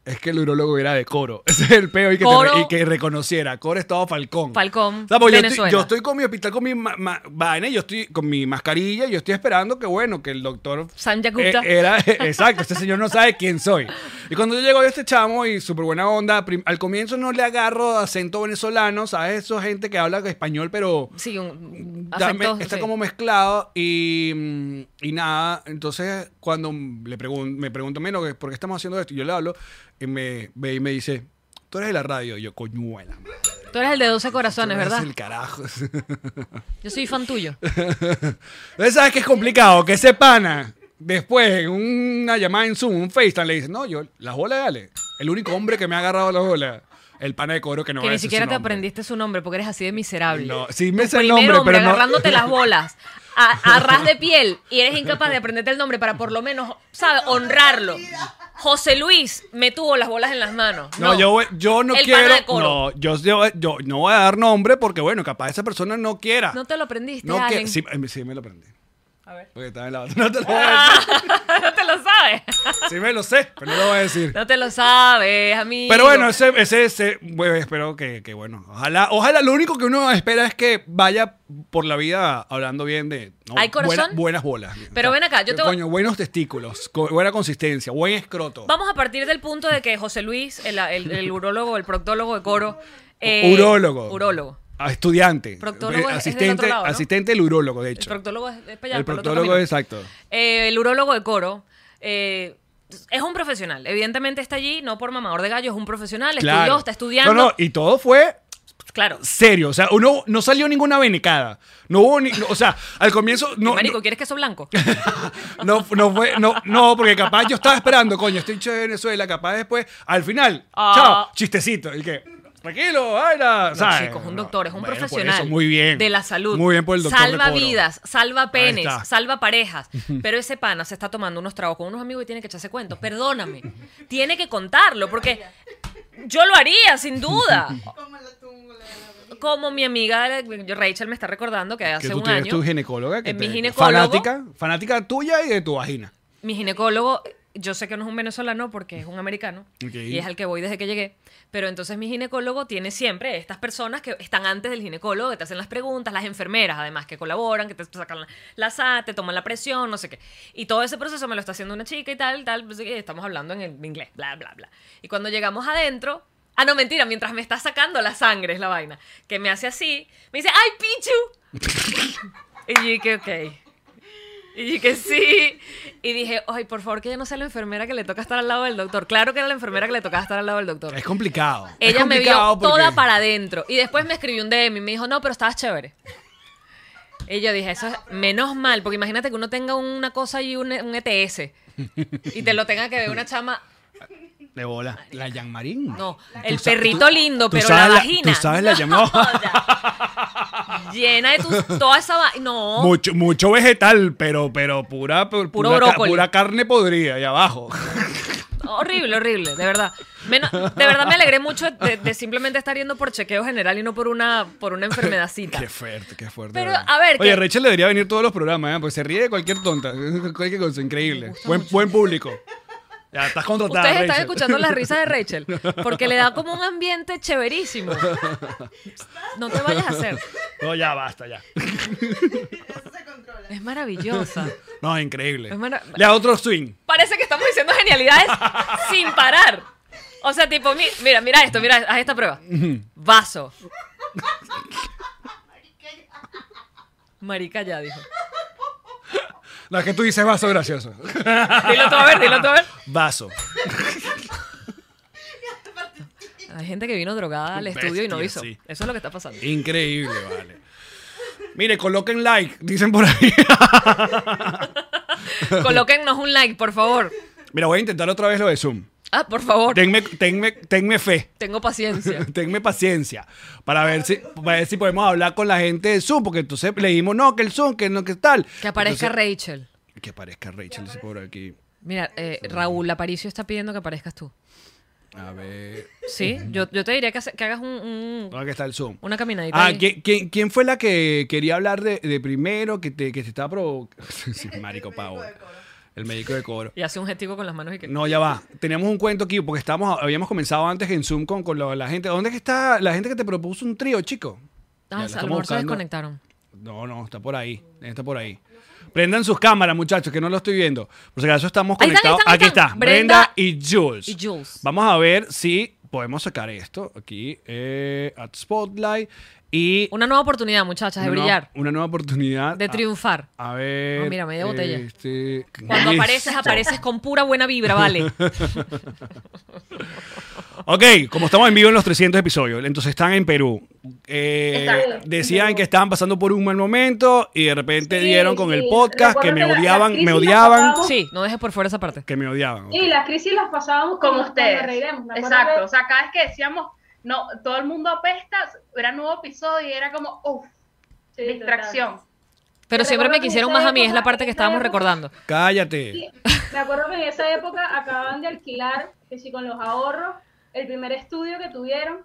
Speaker 4: Es que el urologo era de coro. Ese es el peo y que, te
Speaker 3: Coro.
Speaker 4: re- y que reconociera. Coro estado Falcón.
Speaker 3: Falcón,
Speaker 4: O sea, pues yo,
Speaker 3: Venezuela.
Speaker 4: estoy, yo estoy con mi hospital, con mi ma- ma- vaina, y yo estoy con mi mascarilla, y yo estoy esperando que, bueno, que el doctor.
Speaker 3: Sanjay Gupta.
Speaker 4: Eh, era, exacto, este señor no sabe quién soy. Y cuando yo llego a este chamo y súper buena onda, prim- al comienzo no le agarro acento venezolano, ¿sabes? Eso gente que habla español, pero.
Speaker 3: Sí, un
Speaker 4: Ya me-
Speaker 3: acento,
Speaker 4: está
Speaker 3: sí.
Speaker 4: como mezclado y, mm, y nada. Entonces, cuando le pregun- me pregunto, menos, ¿por qué estamos haciendo esto? Y yo le hablo y me ve y me dice, tú eres de la radio. Y yo, coñuela. madre, tú
Speaker 3: Tú eres el de 12 corazones,
Speaker 4: eres
Speaker 3: ¿verdad?
Speaker 4: el carajo.
Speaker 3: Yo soy fan tuyo.
Speaker 4: Entonces, ¿sabes qué es complicado? Que ese pana, después, en una llamada en Zoom, un FaceTime, le dice, no, yo, las bolas, dale. El único hombre que me ha agarrado las bolas. El pana de coro que no
Speaker 3: que
Speaker 4: va a
Speaker 3: ni
Speaker 4: decir su
Speaker 3: siquiera te
Speaker 4: nombre.
Speaker 3: aprendiste su nombre porque eres así de miserable.
Speaker 4: No, sí me
Speaker 3: Tu
Speaker 4: sé el
Speaker 3: primer
Speaker 4: nombre,
Speaker 3: hombre
Speaker 4: pero no-
Speaker 3: agarrándote las bolas a, a ras de piel y eres incapaz de aprenderte el nombre para por lo menos, ¿sabes? Honrarlo. José Luis me tuvo las bolas en las manos.
Speaker 4: No, yo, voy- yo no
Speaker 3: El pana
Speaker 4: quiero.
Speaker 3: de coro.
Speaker 4: No, yo, yo, yo no voy a dar nombre porque, bueno, capaz esa persona no quiera.
Speaker 3: No te lo aprendiste,
Speaker 4: No que,
Speaker 3: Allen.
Speaker 4: sí, eh, sí me lo aprendí.
Speaker 3: A ver.
Speaker 4: Porque estaba en la otra. No te lo voy a decir.
Speaker 3: no te lo sabes.
Speaker 4: Sí me lo sé, pero no lo voy a decir.
Speaker 3: No te lo sabes, amigo.
Speaker 4: Pero bueno, ese, ese, ese bueno, espero que, que bueno. Ojalá, ojalá lo único que uno espera es que vaya por la vida hablando bien de no,
Speaker 3: ¿Hay corazón?
Speaker 4: buena- buenas bolas. eh,
Speaker 3: Pero ven acá, yo te voy-
Speaker 4: Coño, buenos testículos, co- buena consistencia, buen escroto.
Speaker 3: Vamos a partir del punto de que José Luis, el, el, el urólogo, el proctólogo de coro. eh,
Speaker 4: urólogo.
Speaker 3: Urólogo.
Speaker 4: Ah, estudiante. eh,
Speaker 3: Proctólogo es- es del
Speaker 4: asistente,
Speaker 3: otro lado, ¿no?
Speaker 4: asistente del urólogo, de
Speaker 3: El
Speaker 4: hecho.
Speaker 3: proctólogo es, es para allá,
Speaker 4: El
Speaker 3: para otro
Speaker 4: proctólogo,
Speaker 3: camino.
Speaker 4: exacto.
Speaker 3: Eh, el urólogo de coro. eh, es un profesional. Evidentemente está allí, no por mamador de gallo, es un profesional, estudió, está estudiando.
Speaker 4: No, no, y todo fue
Speaker 3: Claro.
Speaker 4: serio. O sea, uno no salió ninguna venecada. No hubo ni. no, o sea, al comienzo. No,
Speaker 3: Marico, ¿quieres queso blanco?
Speaker 4: no, no fue. No, no, porque capaz yo estaba esperando, coño, estoy hincha de Venezuela, capaz después. Al final,
Speaker 3: Ah.
Speaker 4: chao, chistecito. El que. Tranquilo, vaina.
Speaker 3: No,
Speaker 4: ¿sabes?
Speaker 3: chicos, un doctor, es un
Speaker 4: Bueno, por
Speaker 3: profesional.
Speaker 4: eso, muy bien.
Speaker 3: De la salud.
Speaker 4: Muy bien por el doctor. de
Speaker 3: Salva
Speaker 4: coro.
Speaker 3: vidas, salva penes,
Speaker 4: está.
Speaker 3: salva parejas. Pero ese pana se está tomando unos tragos con unos amigos y tiene que echarse cuentos. Perdóname. tiene que contarlo, porque yo lo haría, sin duda. Como mi amiga Rachel me está recordando que hace
Speaker 4: Que tú
Speaker 3: un
Speaker 4: tienes
Speaker 3: año.
Speaker 4: tu ginecóloga. Que
Speaker 3: eh, mi
Speaker 4: te-
Speaker 3: ginecólogo-
Speaker 4: Fanática, fanática tuya y de tu vagina.
Speaker 3: mi ginecólogo, yo sé que no es un venezolano porque es un americano
Speaker 4: Ok.
Speaker 3: y es al que voy desde que llegué, pero entonces mi ginecólogo tiene siempre estas personas que están antes del ginecólogo, que te hacen las preguntas, las enfermeras además que colaboran, que te sacan la, la SAT, te toman la presión, no sé qué. Y todo ese proceso me lo está haciendo una chica y tal, tal, pues, eh, estamos hablando en el inglés, bla, bla, bla. Y cuando llegamos adentro... Ah, no, mentira, mientras me está sacando la sangre es la vaina, que me hace así, me dice, ¡ay, Pichu! Y yo dije, ok. Y dije, que sí. Y dije, ay, por favor, que ella no sea la enfermera que le toca estar al lado del doctor. Claro que era la enfermera que le tocaba estar al lado del doctor.
Speaker 4: Es complicado. es
Speaker 3: Ella me vio
Speaker 4: complicado porque-
Speaker 3: toda para adentro. Y después me escribió un DM y me dijo, no, pero estabas chévere. Y yo dije, eso es menos mal, porque imagínate que uno tenga una cosa y un, un ETS. Y te lo tenga que ver una chama.
Speaker 4: De bola. La Jean Marín.
Speaker 3: No,
Speaker 4: Tú
Speaker 3: el
Speaker 4: sa-
Speaker 3: perrito
Speaker 4: tú-
Speaker 3: lindo,
Speaker 4: tú
Speaker 3: pero
Speaker 4: sabes
Speaker 3: la vagina.
Speaker 4: Tú sabes la
Speaker 3: No,
Speaker 4: llamó.
Speaker 3: joda. Llena de tus, toda esa va- No.
Speaker 4: Mucho, mucho vegetal, pero, pero pura, pu-
Speaker 3: Puro
Speaker 4: pura, ca-
Speaker 3: brócoli.
Speaker 4: pura carne podrida y abajo.
Speaker 3: Horrible, horrible, de verdad. Menos- de verdad me alegré mucho de, de simplemente estar yendo por chequeo general y no por una, por una enfermedacita.
Speaker 4: Qué fuerte, qué fuerte.
Speaker 3: Pero,
Speaker 4: ¿verdad?
Speaker 3: a ver,
Speaker 4: Oye,
Speaker 3: que-
Speaker 4: Rachel debería venir todos los programas, ¿eh? Pues se ríe de cualquier tonta. Cualquier cosa, increíble. Buen, buen público. Ya, estás contratada.
Speaker 3: Ustedes están
Speaker 4: Rachel.
Speaker 3: escuchando las risas de Rachel, porque le da como un ambiente chéverísimo. No te vayas a hacer.
Speaker 4: No, ya, basta, ya.
Speaker 3: Es maravillosa.
Speaker 4: No, increíble.
Speaker 3: Es mara-
Speaker 4: Ya, otro swing.
Speaker 3: Parece que estamos diciendo genialidades sin parar. O sea, tipo, mi- mira, mira esto, mira, haz esta prueba. Vaso. Marica ya dijo.
Speaker 4: No, es que tú dices vaso gracioso.
Speaker 3: Dilo tú a ver, dilo tú a ver.
Speaker 4: Vaso.
Speaker 3: Hay gente que vino drogada al
Speaker 4: Bestia,
Speaker 3: estudio y no hizo.
Speaker 4: sí.
Speaker 3: Eso es lo que está pasando.
Speaker 4: Increíble, vale. Mire, coloquen like, dicen por ahí.
Speaker 3: Colóquennos un like, por favor.
Speaker 4: Mira, voy a intentar otra vez lo de Zoom.
Speaker 3: Ah, por favor.
Speaker 4: Tenme, tenme, tenme fe,
Speaker 3: Tengo paciencia.
Speaker 4: tenme paciencia para ver, si, para ver si podemos hablar con la gente de Zoom, porque entonces le dijimos, no, que el Zoom, que no, que tal.
Speaker 3: Que aparezca
Speaker 4: Entonces-
Speaker 3: Rachel.
Speaker 4: Que aparezca Rachel, dice por aquí.
Speaker 3: Mira, eh, Raúl Aparicio está pidiendo que aparezcas tú.
Speaker 4: A ver.
Speaker 3: ¿Sí? Yo, yo te diría que, hace- que hagas un, un-
Speaker 4: ¿Dónde está el Zoom?
Speaker 3: una caminadita.
Speaker 4: Ah,
Speaker 3: ahí.
Speaker 4: ¿quién, quién, quién fue la que quería hablar de, de primero, que te, que te estaba provocando? Marico Pavo. El médico de cobro.
Speaker 3: Y hace un gestico con las manos y que.
Speaker 4: No, ya va. Teníamos un cuento aquí porque estábamos, habíamos comenzado antes en Zoom con, con la, la gente. ¿Dónde es que está la gente que te propuso un trío, chico? Ya, la
Speaker 3: ah, a
Speaker 4: estamos
Speaker 3: lo mejor se
Speaker 4: buscando.
Speaker 3: desconectaron.
Speaker 4: No, no, está por ahí. Está por ahí. Prendan sus cámaras, muchachos, que no lo estoy viendo. Por si acaso estamos
Speaker 3: Ahí están, ahí
Speaker 4: conectados.
Speaker 3: están, ahí
Speaker 4: Aquí
Speaker 3: están.
Speaker 4: está, Brenda,
Speaker 3: Brenda
Speaker 4: y Pues, Jules.
Speaker 3: y Jules.
Speaker 4: Vamos a ver si podemos sacar esto aquí eh, at Spotlight y
Speaker 3: Una nueva oportunidad, muchachas, de
Speaker 4: una nueva-
Speaker 3: brillar,
Speaker 4: Una nueva oportunidad.
Speaker 3: de triunfar.
Speaker 4: A, a ver.
Speaker 3: No, mira, media botella.
Speaker 4: este,
Speaker 3: Cuando
Speaker 4: listo.
Speaker 3: apareces, apareces con pura buena vibra, vale.
Speaker 4: Ok, como estamos en vivo en los 300 episodios, entonces están en Perú. Eh, decían que estaban pasando por un mal momento y de repente
Speaker 7: Sí,
Speaker 4: dieron con el
Speaker 7: sí.
Speaker 4: podcast
Speaker 7: Recuerdo
Speaker 4: que me
Speaker 7: que la- la
Speaker 4: odiaban,
Speaker 7: crisis
Speaker 4: me
Speaker 7: la
Speaker 4: odiaban,
Speaker 7: pasábamos-
Speaker 3: Sí, no dejes por fuera esa parte.
Speaker 4: que me odiaban.
Speaker 7: Sí, las crisis las pasábamos
Speaker 8: Con
Speaker 7: cuando-
Speaker 8: ustedes.
Speaker 7: cuando reiremos, me acuerdo
Speaker 8: Exacto.
Speaker 7: que-
Speaker 8: O sea, cada vez que decíamos, no, todo el mundo apesta, era nuevo episodio y era como, uff,
Speaker 9: Sí,
Speaker 8: distracción.
Speaker 3: Pero
Speaker 9: Yo
Speaker 3: siempre me
Speaker 9: recuerdo que
Speaker 3: quisieron
Speaker 9: esa
Speaker 3: más a mí,
Speaker 9: época-
Speaker 3: es la parte que
Speaker 9: esa
Speaker 3: estábamos
Speaker 9: época-
Speaker 3: recordando.
Speaker 4: Cállate.
Speaker 9: Sí, me acuerdo que en esa época acababan de alquilar, que sí, con los ahorros, el primer estudio que tuvieron.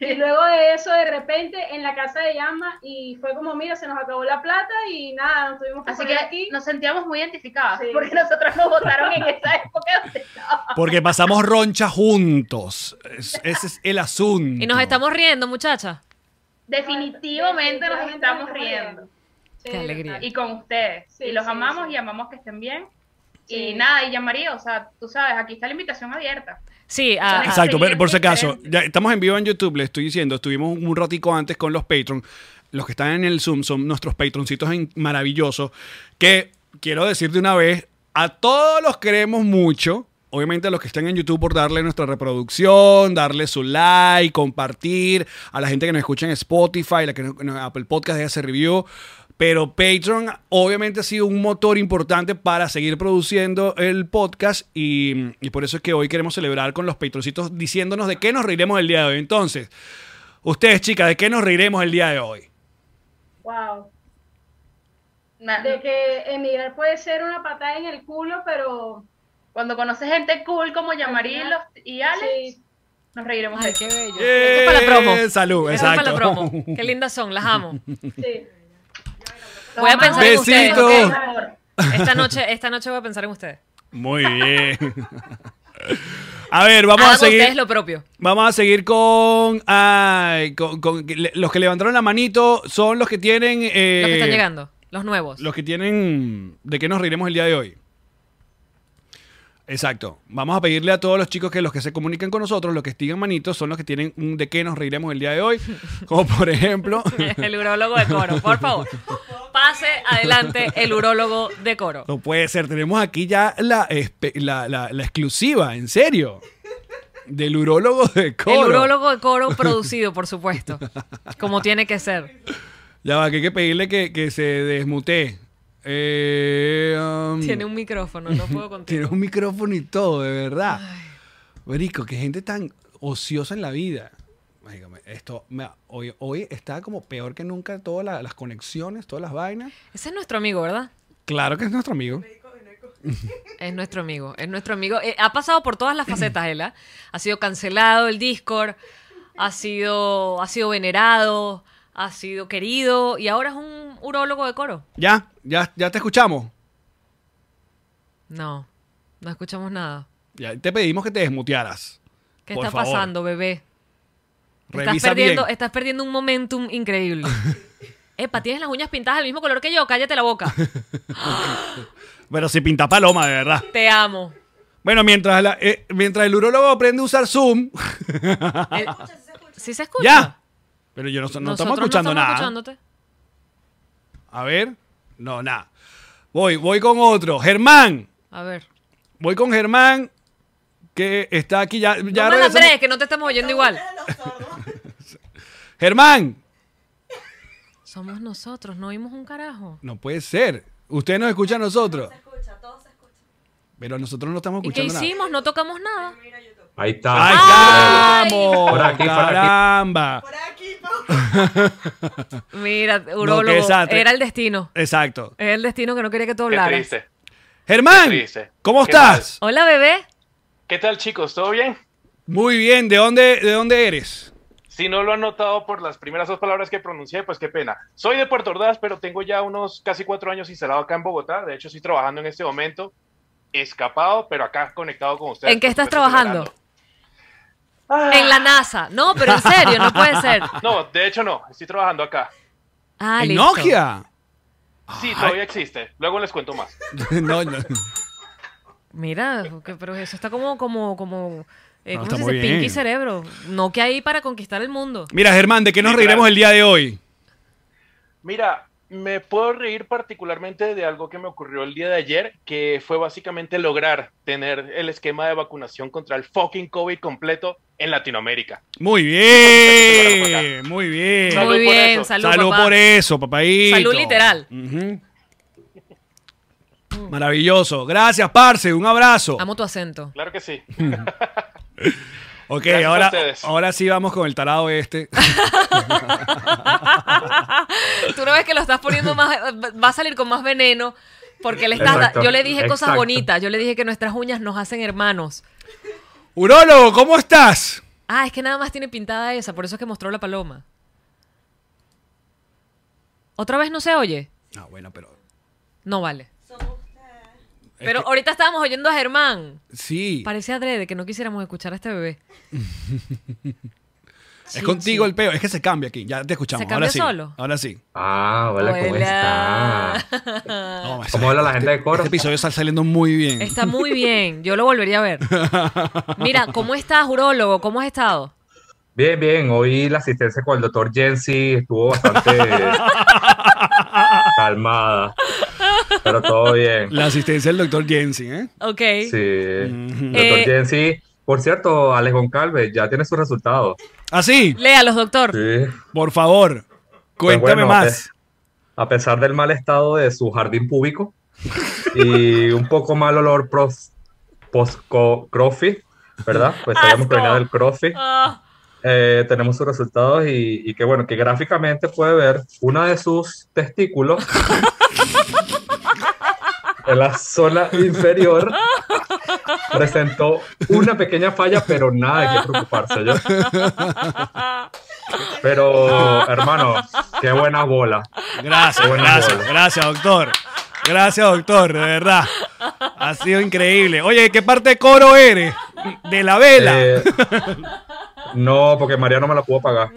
Speaker 9: Y luego de eso, de repente, en la casa de llama, y fue como, mira, se nos acabó la plata y nada, nos tuvimos que
Speaker 8: Así
Speaker 9: poner
Speaker 8: que
Speaker 9: aquí.
Speaker 8: nos sentíamos muy identificadas,
Speaker 9: Sí.
Speaker 8: porque nosotros nos votaron en esa época donde estábamos.
Speaker 4: Porque pasamos roncha juntos. Es- ese es el asunto.
Speaker 3: Y nos estamos riendo, muchachas.
Speaker 8: Definitivamente nos estamos riendo.
Speaker 9: Sí,
Speaker 3: Qué alegría.
Speaker 8: Y con ustedes.
Speaker 9: Sí,
Speaker 8: y los
Speaker 9: sí,
Speaker 8: amamos
Speaker 9: sí.
Speaker 8: y amamos que estén bien.
Speaker 9: Sí.
Speaker 8: Y nada, y ya María, o sea, tú sabes, aquí está la invitación abierta.
Speaker 3: Sí, a- a-
Speaker 9: Ah,
Speaker 4: Exacto, pero por si acaso,
Speaker 8: Excelente.
Speaker 4: ya estamos en vivo en YouTube, les estoy diciendo, estuvimos un ratico antes con los Patreon. Los que están en el Zoom son nuestros Patroncitos en- maravillosos, que quiero decir de una vez, a todos los queremos mucho. Obviamente a los que están en YouTube por darle nuestra reproducción, darle su like, compartir, a la gente que nos escucha en Spotify, la que nos, nos- Apple Podcast deja ese review. Pero Patreon obviamente ha sido un motor importante para seguir produciendo el podcast y, y por eso es que hoy queremos celebrar con los Patroncitos diciéndonos de qué nos reiremos el día de hoy. Entonces, ustedes chicas, ¿de qué nos reiremos el día de hoy?
Speaker 9: Wow.
Speaker 8: Na-
Speaker 9: De que emigrar puede ser una patada en el culo, pero.
Speaker 8: Cuando conoces gente cool como Yamari y,
Speaker 9: final,
Speaker 8: los- y Alex,
Speaker 9: sí,
Speaker 8: nos reiremos de
Speaker 3: Ay,
Speaker 8: ti.
Speaker 3: qué bello.
Speaker 4: Eh,
Speaker 3: Esto es para la promo. Esto
Speaker 4: Salud,
Speaker 3: es para la
Speaker 4: exacto.
Speaker 3: promo. Qué lindas son, las amo.
Speaker 9: sí.
Speaker 3: Voy a pensar en ustedes.
Speaker 4: Besito.
Speaker 3: ¿ok?
Speaker 9: Claro.
Speaker 3: Esta noche, esta noche voy a pensar en ustedes.
Speaker 4: Muy bien. A ver, vamos
Speaker 3: Hagan
Speaker 4: a seguir.
Speaker 3: ustedes lo propio.
Speaker 4: Vamos a seguir con, ay, con- con- le- los que levantaron la manito son los que tienen eh,
Speaker 3: Los que están llegando, los nuevos.
Speaker 4: los que tienen de qué nos reiremos el día de hoy. Exacto. Vamos a pedirle a todos los chicos que los que se comunican con nosotros, los que estigan manitos, son los que tienen un de qué nos reiremos el día de hoy. Como por ejemplo,
Speaker 3: El urólogo de coro, por favor. Pase adelante el urólogo de coro.
Speaker 4: no puede ser, tenemos aquí ya la, espe- la, la- la exclusiva, en serio, del urólogo de coro.
Speaker 3: El urólogo de coro producido, por supuesto. Como tiene que ser.
Speaker 4: Ya va, que hay que pedirle que, que se desmutee. Eh, um,
Speaker 3: Tiene un micrófono, no puedo
Speaker 4: tiene
Speaker 3: contigo.
Speaker 4: un micrófono y todo, de verdad. Marico, qué gente tan ociosa en la vida. Marico, me- esto, me- hoy, hoy está como peor que nunca todas la- las conexiones, todas las vainas.
Speaker 3: Ese es nuestro amigo, ¿verdad?
Speaker 4: Claro que es nuestro amigo.
Speaker 3: Es nuestro amigo, es nuestro amigo. Eh, ha pasado por todas las facetas, él, ¿ah? Ha sido cancelado el Discord, ha sido, ha sido venerado, ha sido querido y ahora es un urólogo de coro.
Speaker 4: Ya, ya, ya te escuchamos.
Speaker 3: No, no escuchamos nada.
Speaker 4: Ya te pedimos que te desmutearas.
Speaker 3: ¿Qué
Speaker 4: Por
Speaker 3: está
Speaker 4: favor.
Speaker 3: pasando, bebé? Estás
Speaker 4: Revisa
Speaker 3: perdiendo,
Speaker 4: bien.
Speaker 3: estás perdiendo un momentum increíble. Epa, tienes las uñas pintadas del mismo color que yo, cállate la boca.
Speaker 4: Pero si pinta paloma, de verdad.
Speaker 3: Te amo.
Speaker 4: Bueno, mientras, la- eh, mientras el urólogo aprende a usar Zoom,
Speaker 3: Eh, ¿Sí se escucha?
Speaker 4: ya. Pero yo no, no
Speaker 3: Nosotros
Speaker 4: estamos escuchando
Speaker 3: estamos
Speaker 4: nada.
Speaker 3: escuchándote.
Speaker 4: A ver. No, nada. Voy, voy con otro. Germán.
Speaker 3: A ver.
Speaker 4: Voy con Germán, que está aquí. Ya, ya
Speaker 3: no me
Speaker 4: regresamos.
Speaker 3: Andrés, que no te estamos oyendo igual.
Speaker 4: Germán.
Speaker 3: Somos nosotros, no oímos un carajo.
Speaker 4: No puede ser. Usted nos escucha a nosotros. Pero nosotros no estamos
Speaker 3: ¿Y qué
Speaker 4: escuchando nada.
Speaker 3: hicimos? No tocamos nada.
Speaker 10: Ahí está.
Speaker 4: ¡Ahí
Speaker 3: ¡Ay!
Speaker 4: estamos!
Speaker 10: Por aquí, por aquí.
Speaker 4: ¡Caramba!
Speaker 3: Mira,
Speaker 4: qué
Speaker 3: urólogo,
Speaker 4: desastre.
Speaker 3: era el destino.
Speaker 4: Exacto.
Speaker 3: Era el destino que no quería que tú
Speaker 10: Qué
Speaker 3: hablaras.
Speaker 10: triste.
Speaker 4: Germán,
Speaker 10: Qué triste.
Speaker 4: ¿cómo
Speaker 10: Qué
Speaker 4: estás?
Speaker 3: Hola, bebé.
Speaker 10: ¿Qué tal, chicos? ¿Todo bien?
Speaker 4: Muy bien. ¿De dónde, ¿De dónde eres?
Speaker 10: Si no lo han notado por las primeras dos palabras que pronuncié, pues qué pena. Soy de Puerto Ordaz, pero tengo ya unos casi cuatro años instalado acá en Bogotá. De hecho, estoy trabajando en este momento, escapado, pero acá conectado con ustedes.
Speaker 3: ¿En qué
Speaker 10: por
Speaker 3: estás
Speaker 10: supuesto,
Speaker 3: trabajando?
Speaker 10: celebrando.
Speaker 3: En la NASA. No, pero en serio, no puede ser.
Speaker 10: pues, No, de hecho no, estoy trabajando acá.
Speaker 3: Ah,
Speaker 4: ¿En
Speaker 3: listo.
Speaker 4: Nokia?
Speaker 10: Sí, todavía existe. Luego les cuento más.
Speaker 4: no, no.
Speaker 3: Mira, que- pero eso está como, como, como, eh,
Speaker 4: No,
Speaker 3: ¿cómo
Speaker 4: está
Speaker 3: se
Speaker 4: muy
Speaker 3: dice? Pinky
Speaker 4: bien.
Speaker 3: cerebro. No que ahí para conquistar el mundo.
Speaker 4: Mira, Germán, ¿de qué nos reiremos el día de hoy?
Speaker 10: Mira, me puedo reír particularmente de algo que me ocurrió el día de ayer, que fue básicamente lograr tener el esquema de vacunación contra el fucking COVID completo en Latinoamérica.
Speaker 4: Muy bien, muy bien.
Speaker 10: Salud
Speaker 3: Muy
Speaker 10: por
Speaker 3: bien,
Speaker 10: eso.
Speaker 3: salud,
Speaker 4: Salud
Speaker 3: papá.
Speaker 4: por eso, papaíto.
Speaker 3: Salud literal.
Speaker 4: Ujú. Maravilloso. Gracias, Parce. Un abrazo.
Speaker 3: Amo tu acento.
Speaker 10: Claro que sí.
Speaker 4: Ok,
Speaker 10: Gracias a
Speaker 4: ahora,
Speaker 10: ustedes.
Speaker 4: ahora sí vamos con el tarado este.
Speaker 3: Tú no ves que lo estás poniendo más, va a salir con más veneno. Porque le estás,
Speaker 11: Exacto,
Speaker 3: yo le dije cosas
Speaker 11: exacto.
Speaker 3: bonitas, yo le dije que nuestras uñas nos hacen hermanos.
Speaker 4: Urólogo, ¿cómo estás?
Speaker 3: Ah, es que nada más tiene pintada esa, por eso es que mostró la paloma. ¿Otra vez no se oye?
Speaker 4: Ah, bueno, pero.
Speaker 3: No vale.
Speaker 4: es
Speaker 3: Pero
Speaker 4: que-
Speaker 3: ahorita estábamos oyendo a Germán.
Speaker 4: Sí.
Speaker 3: Parece adrede que no quisiéramos escuchar a este bebé.
Speaker 4: Es contigo el peo. Es que se cambia aquí. Ya te escuchamos.
Speaker 3: ¿Se
Speaker 4: ahora
Speaker 3: cambia
Speaker 4: sí.
Speaker 3: solo?
Speaker 4: Ahora sí.
Speaker 11: Ah, hola, ¿cómo está?
Speaker 4: No, esa-
Speaker 11: ¿Cómo habla la gente de coro?
Speaker 4: Este episodio está saliendo muy bien.
Speaker 3: Está muy bien, yo lo volvería a ver. Mira, ¿cómo estás, urólogo? ¿Cómo has estado?
Speaker 11: Bien, bien. Hoy la asistencia con el doctor Jensi estuvo bastante calmada. Pero todo bien.
Speaker 4: La asistencia del doctor Jensen, ¿eh?
Speaker 3: Ok.
Speaker 11: Sí.
Speaker 3: Eh,
Speaker 11: Doctor Jensi. Por cierto, Alex Goncalves ya tiene sus resultados.
Speaker 4: Así,
Speaker 3: Léalos, doctor.
Speaker 11: Sí.
Speaker 4: ¿Ah, por favor,
Speaker 11: Pues
Speaker 4: cuéntame
Speaker 11: bueno, a
Speaker 4: más.
Speaker 11: pe- A pesar del mal estado de su jardín público y un poco mal olor pros- post-crossfit, ¿verdad? Pues sabemos que
Speaker 3: Asco.
Speaker 11: venía del crossfit.
Speaker 3: Ah,
Speaker 11: Eh, tenemos sus resultados y, y que bueno, que gráficamente puede ver una de sus testículos en la zona inferior presentó una pequeña falla, pero nada de qué preocuparse yo. Pero Oh, hermano, qué buena bola.
Speaker 4: Gracias,
Speaker 11: Bueno,
Speaker 4: gracias,
Speaker 11: bueno.
Speaker 4: gracias, doctor. Gracias, doctor, de verdad. Ha sido increíble. Oye, ¿de qué parte de coro eres? De la vela.
Speaker 11: Eh, no, porque María no me la pudo pagar.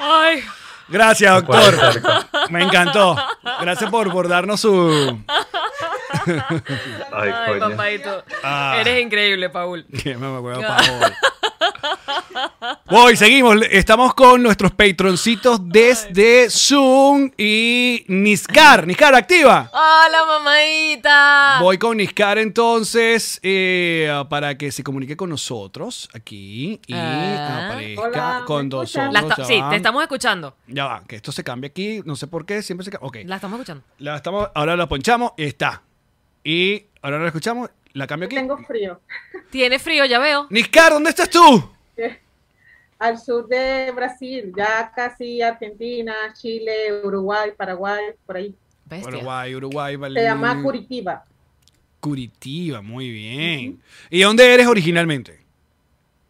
Speaker 3: ay,
Speaker 4: Gracias, doctor.
Speaker 11: Puede ser que-
Speaker 4: Me encantó. Gracias por, por darnos su.
Speaker 11: Ay,
Speaker 3: ay,
Speaker 11: coño.
Speaker 3: papadito.
Speaker 4: Ah.
Speaker 3: Eres increíble, Paul.
Speaker 4: Qué mamá, huevo, pa' hoy. Voy, seguimos. Estamos con nuestros patroncitos desde Zoom y Niscar. Niscar, activa.
Speaker 3: ¡Hola, mamadita!
Speaker 4: Voy con Niscar entonces eh, para que se comunique con nosotros aquí y
Speaker 3: Ah.
Speaker 4: aparezca
Speaker 9: Hola, ¿me
Speaker 4: con dos
Speaker 9: escuchan?
Speaker 3: La
Speaker 4: ojos,
Speaker 3: esta-
Speaker 4: ya
Speaker 3: sí,
Speaker 4: va.
Speaker 3: te estamos escuchando.
Speaker 4: Ya va, que esto se cambia aquí, no sé por qué, siempre se cambia. Ok,
Speaker 3: La estamos escuchando.
Speaker 4: la estamos, ahora la ponchamos y está. Y ahora la escuchamos, la cambio aquí.
Speaker 9: Tengo frío.
Speaker 3: Tiene frío, ya veo.
Speaker 4: Niscar, ¿dónde estás tú?
Speaker 9: Al sur de Brasil, ya casi Argentina, Chile, Uruguay, Paraguay, por ahí.
Speaker 3: Bestia.
Speaker 4: Uruguay, Uruguay, vale.
Speaker 9: Se llama Curitiba.
Speaker 4: Curitiba, muy bien. ¿Y dónde eres originalmente?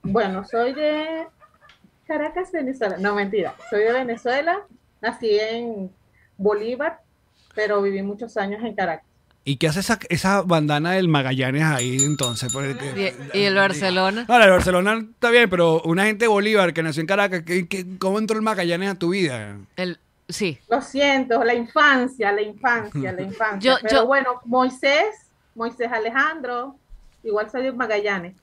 Speaker 9: Bueno, soy de Caracas, Venezuela. No, mentira. Soy de Venezuela. Nací en Bolívar, pero viví muchos años en Caracas.
Speaker 4: ¿Y qué hace esa, esa bandana del Magallanes ahí entonces? Pues, Porque-
Speaker 3: Y, y el Barcelona.
Speaker 4: Ahora, el Barcelona está bien, pero una gente de Bolívar que nació en Caracas, ¿qué- qué- ¿cómo entró el Magallanes a tu vida?
Speaker 3: El, sí.
Speaker 9: Lo siento, la infancia, la infancia, la infancia.
Speaker 3: Yo-
Speaker 9: pero
Speaker 3: yo-
Speaker 9: bueno, Moisés, Moisés Alejandro, igual soy de Magallanes.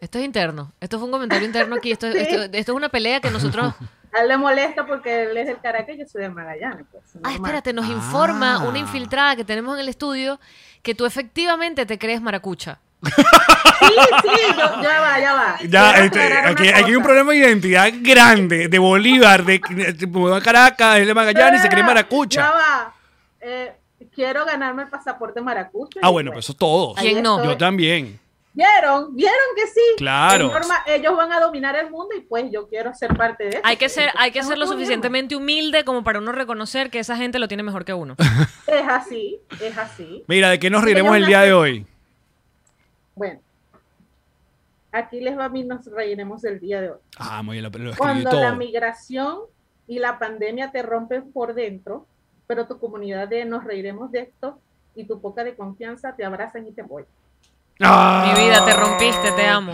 Speaker 3: Esto es interno. Esto fue un comentario interno aquí. Esto,
Speaker 9: Sí.
Speaker 3: esto, esto es una pelea que nosotros.
Speaker 9: A él le molesta porque él es del Caracas y yo soy de Magallanes. Pues,
Speaker 3: Ah,
Speaker 9: normal.
Speaker 3: espérate, nos
Speaker 4: Ah.
Speaker 3: informa una infiltrada que tenemos en el estudio que tú efectivamente te crees maracucha.
Speaker 9: Sí, sí, yo- ya va, ya va.
Speaker 4: Ya,
Speaker 9: Quiero
Speaker 4: este,
Speaker 9: aclarar
Speaker 4: aquí,
Speaker 9: una
Speaker 4: aquí hay un
Speaker 9: cosa.
Speaker 4: problema de identidad grande, de Bolívar, de, de- se mudó a Caracas, es de Magallanes, se cree
Speaker 9: Ya
Speaker 4: maracucha.
Speaker 9: va. Eh, quiero ganarme el pasaporte maracucha.
Speaker 4: Ah,
Speaker 9: y
Speaker 4: bueno,
Speaker 9: pues,
Speaker 4: pues eso todos.
Speaker 3: Ahí ¿Quién no?
Speaker 9: estoy.
Speaker 4: Yo también.
Speaker 9: ¿Vieron? ¿Vieron que sí?
Speaker 4: Claro.
Speaker 9: Es normal, ellos van a dominar el mundo y pues yo quiero ser parte de eso.
Speaker 3: Hay que ser, hay que
Speaker 9: Es
Speaker 3: ser lo
Speaker 9: otro
Speaker 3: suficientemente humilde como para uno reconocer que esa gente lo tiene mejor que uno.
Speaker 9: idioma. Es así, es así.
Speaker 4: Mira, ¿de qué nos
Speaker 9: Porque
Speaker 4: riremos
Speaker 9: yo
Speaker 4: el día
Speaker 9: nací-
Speaker 4: de hoy?
Speaker 9: Bueno,
Speaker 12: Aquí les va a mí, nos reiremos el día de hoy.
Speaker 4: Ah, muy bien, lo, lo escribí
Speaker 12: Cuando
Speaker 4: todo.
Speaker 12: la migración y la pandemia te rompen por dentro, pero tu comunidad de nos reiremos de esto y tu poca de confianza te abrazan y te apoyan.
Speaker 4: Ah,
Speaker 3: Mi vida, te rompiste, te amo.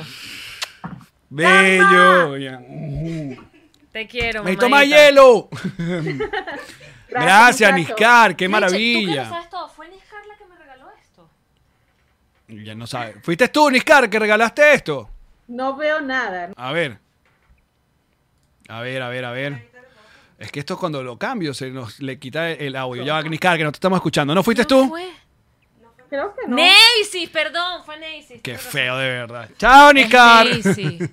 Speaker 4: Bello. ya. Uh.
Speaker 3: Te quiero,
Speaker 4: ¡Me
Speaker 3: mamadita.
Speaker 4: toma hielo! Gracias,
Speaker 3: muchacho. Leche, ¿Tú
Speaker 4: Niscar, qué
Speaker 3: que lo
Speaker 4: maravilla.
Speaker 3: sabes todo? Fue Niscar la que me regaló esto.
Speaker 4: Ya no sabe. ¿Fuiste tú, Niscar, que regalaste esto?
Speaker 12: No veo nada.
Speaker 4: A ver. A ver, a ver, a ver. Es que esto cuando lo cambio se nos le quita el audio. Ya, va, Niscar, que no te estamos escuchando. ¿No fuiste tú?
Speaker 12: Creo que no.
Speaker 3: Neisis, perdón, fue Neisis.
Speaker 4: Qué feo, de verdad. ¡Chao, Niscar!
Speaker 3: Neisis.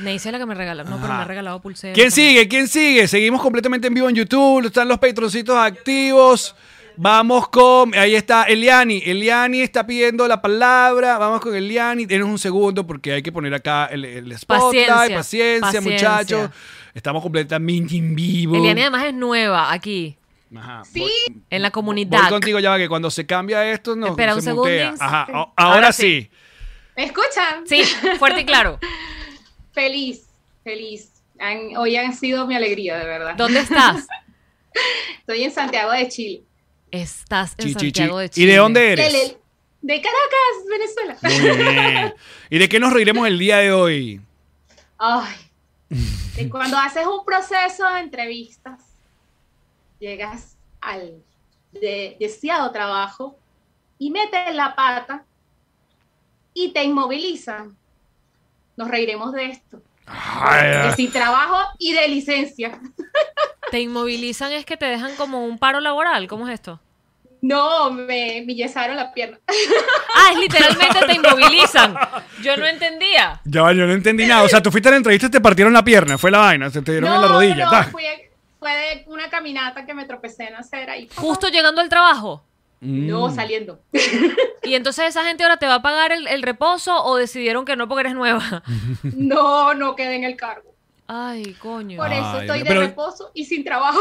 Speaker 3: Neisis es la que me regaló. No, pero me ha regalado pulseras.
Speaker 4: ¿Quién sigue? ¿Quién sigue? Seguimos completamente en vivo en YouTube. Están los patroncitos activos. Vamos con. Ahí está Eliani. Eliani está pidiendo la palabra. Vamos con Eliani. Denos un segundo porque hay que poner acá el, el spotlight. Paciencia,
Speaker 3: Paciencia, paciencia.
Speaker 4: muchachos. Estamos completamente en vivo.
Speaker 3: Eliane además es nueva aquí.
Speaker 4: Ajá.
Speaker 3: Sí. En la
Speaker 4: Voy
Speaker 3: comunidad.
Speaker 4: contigo, ya va, que cuando se cambia esto, no.
Speaker 3: Espera
Speaker 4: se
Speaker 3: un
Speaker 4: mutea.
Speaker 3: segundín.
Speaker 4: Ajá,
Speaker 3: Sí.
Speaker 4: a- ahora,
Speaker 3: Ahora
Speaker 4: sí.
Speaker 7: ¿Me escuchan?
Speaker 3: Sí, fuerte y claro.
Speaker 7: Feliz, feliz. Han- hoy han sido mi alegría, de verdad.
Speaker 3: ¿Dónde estás?
Speaker 7: Estoy en Santiago de Chile.
Speaker 3: Estás en
Speaker 4: Chi, chi, chi.
Speaker 3: Santiago de
Speaker 4: ¿Y
Speaker 3: Chile.
Speaker 4: de dónde eres?
Speaker 7: Del- De Caracas, Venezuela.
Speaker 4: Muy bien. ¿Y de qué nos reiremos el día de hoy?
Speaker 7: Ay, de cuando haces un proceso de entrevistas, llegas al de- deseado trabajo y metes la pata y te inmovilizan. Nos reiremos de esto. De sin trabajo y de licencia.
Speaker 3: ¿Te inmovilizan es que te dejan como un paro laboral? ¿Cómo es esto?
Speaker 7: No, me, me yesaron la pierna.
Speaker 3: Ah, es literalmente te inmovilizan. Yo no entendía.
Speaker 4: Ya, va, yo no entendí nada. O sea, tú fuiste a la entrevista y te partieron la pierna. Fue la vaina. Se te dieron en la rodilla.
Speaker 7: no,
Speaker 4: ta.
Speaker 7: fui a- fue de una caminata que me tropecé en la acera y
Speaker 3: Justo llegando al trabajo.
Speaker 7: no saliendo.
Speaker 3: Y entonces esa gente ahora te va a pagar el, el reposo o decidieron que no porque eres nueva. Ah.
Speaker 7: No, no quedé en el cargo.
Speaker 3: Ay, coño.
Speaker 7: Por eso
Speaker 4: Ay,
Speaker 7: estoy de
Speaker 4: no, pero-
Speaker 7: reposo y sin trabajo.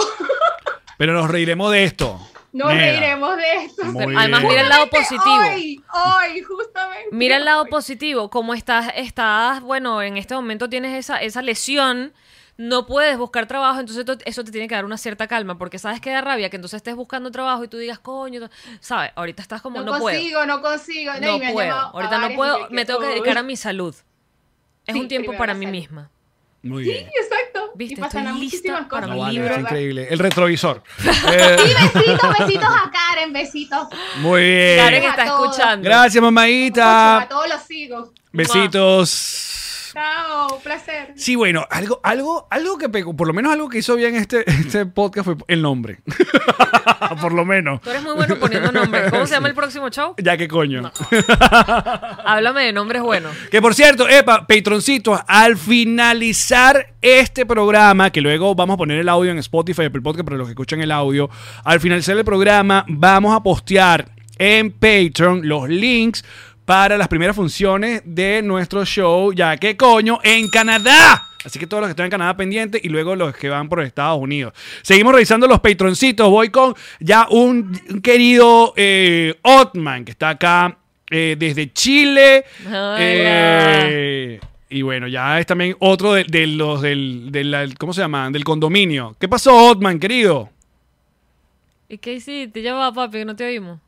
Speaker 4: Pero nos reiremos de esto.
Speaker 7: No
Speaker 4: Nena.
Speaker 7: reiremos de esto.
Speaker 4: Muy
Speaker 3: Pero además,
Speaker 4: bien.
Speaker 3: mira el lado
Speaker 7: Justamente
Speaker 3: positivo.
Speaker 7: Hoy, hoy, justamente.
Speaker 3: Mira el lado positivo, como estás, estás, bueno, en este momento tienes esa, esa lesión, no puedes buscar trabajo, entonces to- eso te tiene que dar una cierta calma, porque sabes que da rabia que entonces estés buscando trabajo y tú digas, coño, no- sabes, ahorita estás como,
Speaker 7: No,
Speaker 3: no, puedo,
Speaker 7: consigo, no consigo. No, y
Speaker 3: no
Speaker 7: me han
Speaker 3: puedo,
Speaker 7: llamado
Speaker 3: ahorita no
Speaker 7: varias y yo
Speaker 3: puedo,
Speaker 7: que-
Speaker 3: me tengo que
Speaker 7: uy.
Speaker 3: dedicar a mi salud. Es
Speaker 7: Sí,
Speaker 3: un tiempo
Speaker 7: primero
Speaker 3: para
Speaker 7: la
Speaker 3: mí
Speaker 7: salud.
Speaker 3: misma.
Speaker 4: Muy
Speaker 7: Sí,
Speaker 4: bien.
Speaker 7: exacto.
Speaker 3: Viste,
Speaker 7: y pasarán
Speaker 3: estoy lista
Speaker 7: muchísimas
Speaker 3: para
Speaker 7: cosas.
Speaker 4: No,
Speaker 3: mi
Speaker 4: vale,
Speaker 3: libro,
Speaker 4: es
Speaker 3: ¿verdad?
Speaker 4: increíble. El retrovisor. Eh,
Speaker 7: Besitos, besitos a Karen, besitos.
Speaker 4: muy bien.
Speaker 3: Karen
Speaker 7: a
Speaker 3: está
Speaker 7: todos.
Speaker 3: escuchando.
Speaker 4: Gracias,
Speaker 7: Mucho, a
Speaker 4: mamadita.
Speaker 7: todos los sigo.
Speaker 4: Besitos.
Speaker 7: Chao, un placer.
Speaker 4: Sí, bueno, algo, algo, algo que pegó, por lo menos algo que hizo bien este, este podcast fue el nombre. por lo menos.
Speaker 3: Tú eres muy bueno poniendo nombres. ¿Cómo se llama el próximo show?
Speaker 4: Ya que coño.
Speaker 3: Háblame de nombres buenos.
Speaker 4: Que por cierto, epa, patroncitos, al finalizar este programa, que luego vamos a poner el audio en Spotify, Apple Podcast, para los que escuchan el audio, al finalizar el programa vamos a postear en Patreon los links para las primeras funciones de nuestro show, ya que coño, en Canadá. Así que todos los que están en Canadá pendientes y luego los que van por Estados Unidos. Seguimos revisando los patroncitos. Voy con ya un, un querido eh, Otman que está acá eh, desde Chile.
Speaker 3: Hola.
Speaker 4: Eh, y bueno, ya es también otro de, de los del, de la- ¿cómo se llaman? Del condominio. ¿Qué pasó, Otman, querido?
Speaker 3: ¿Y qué hiciste? Ya va, papi, que no te oímos.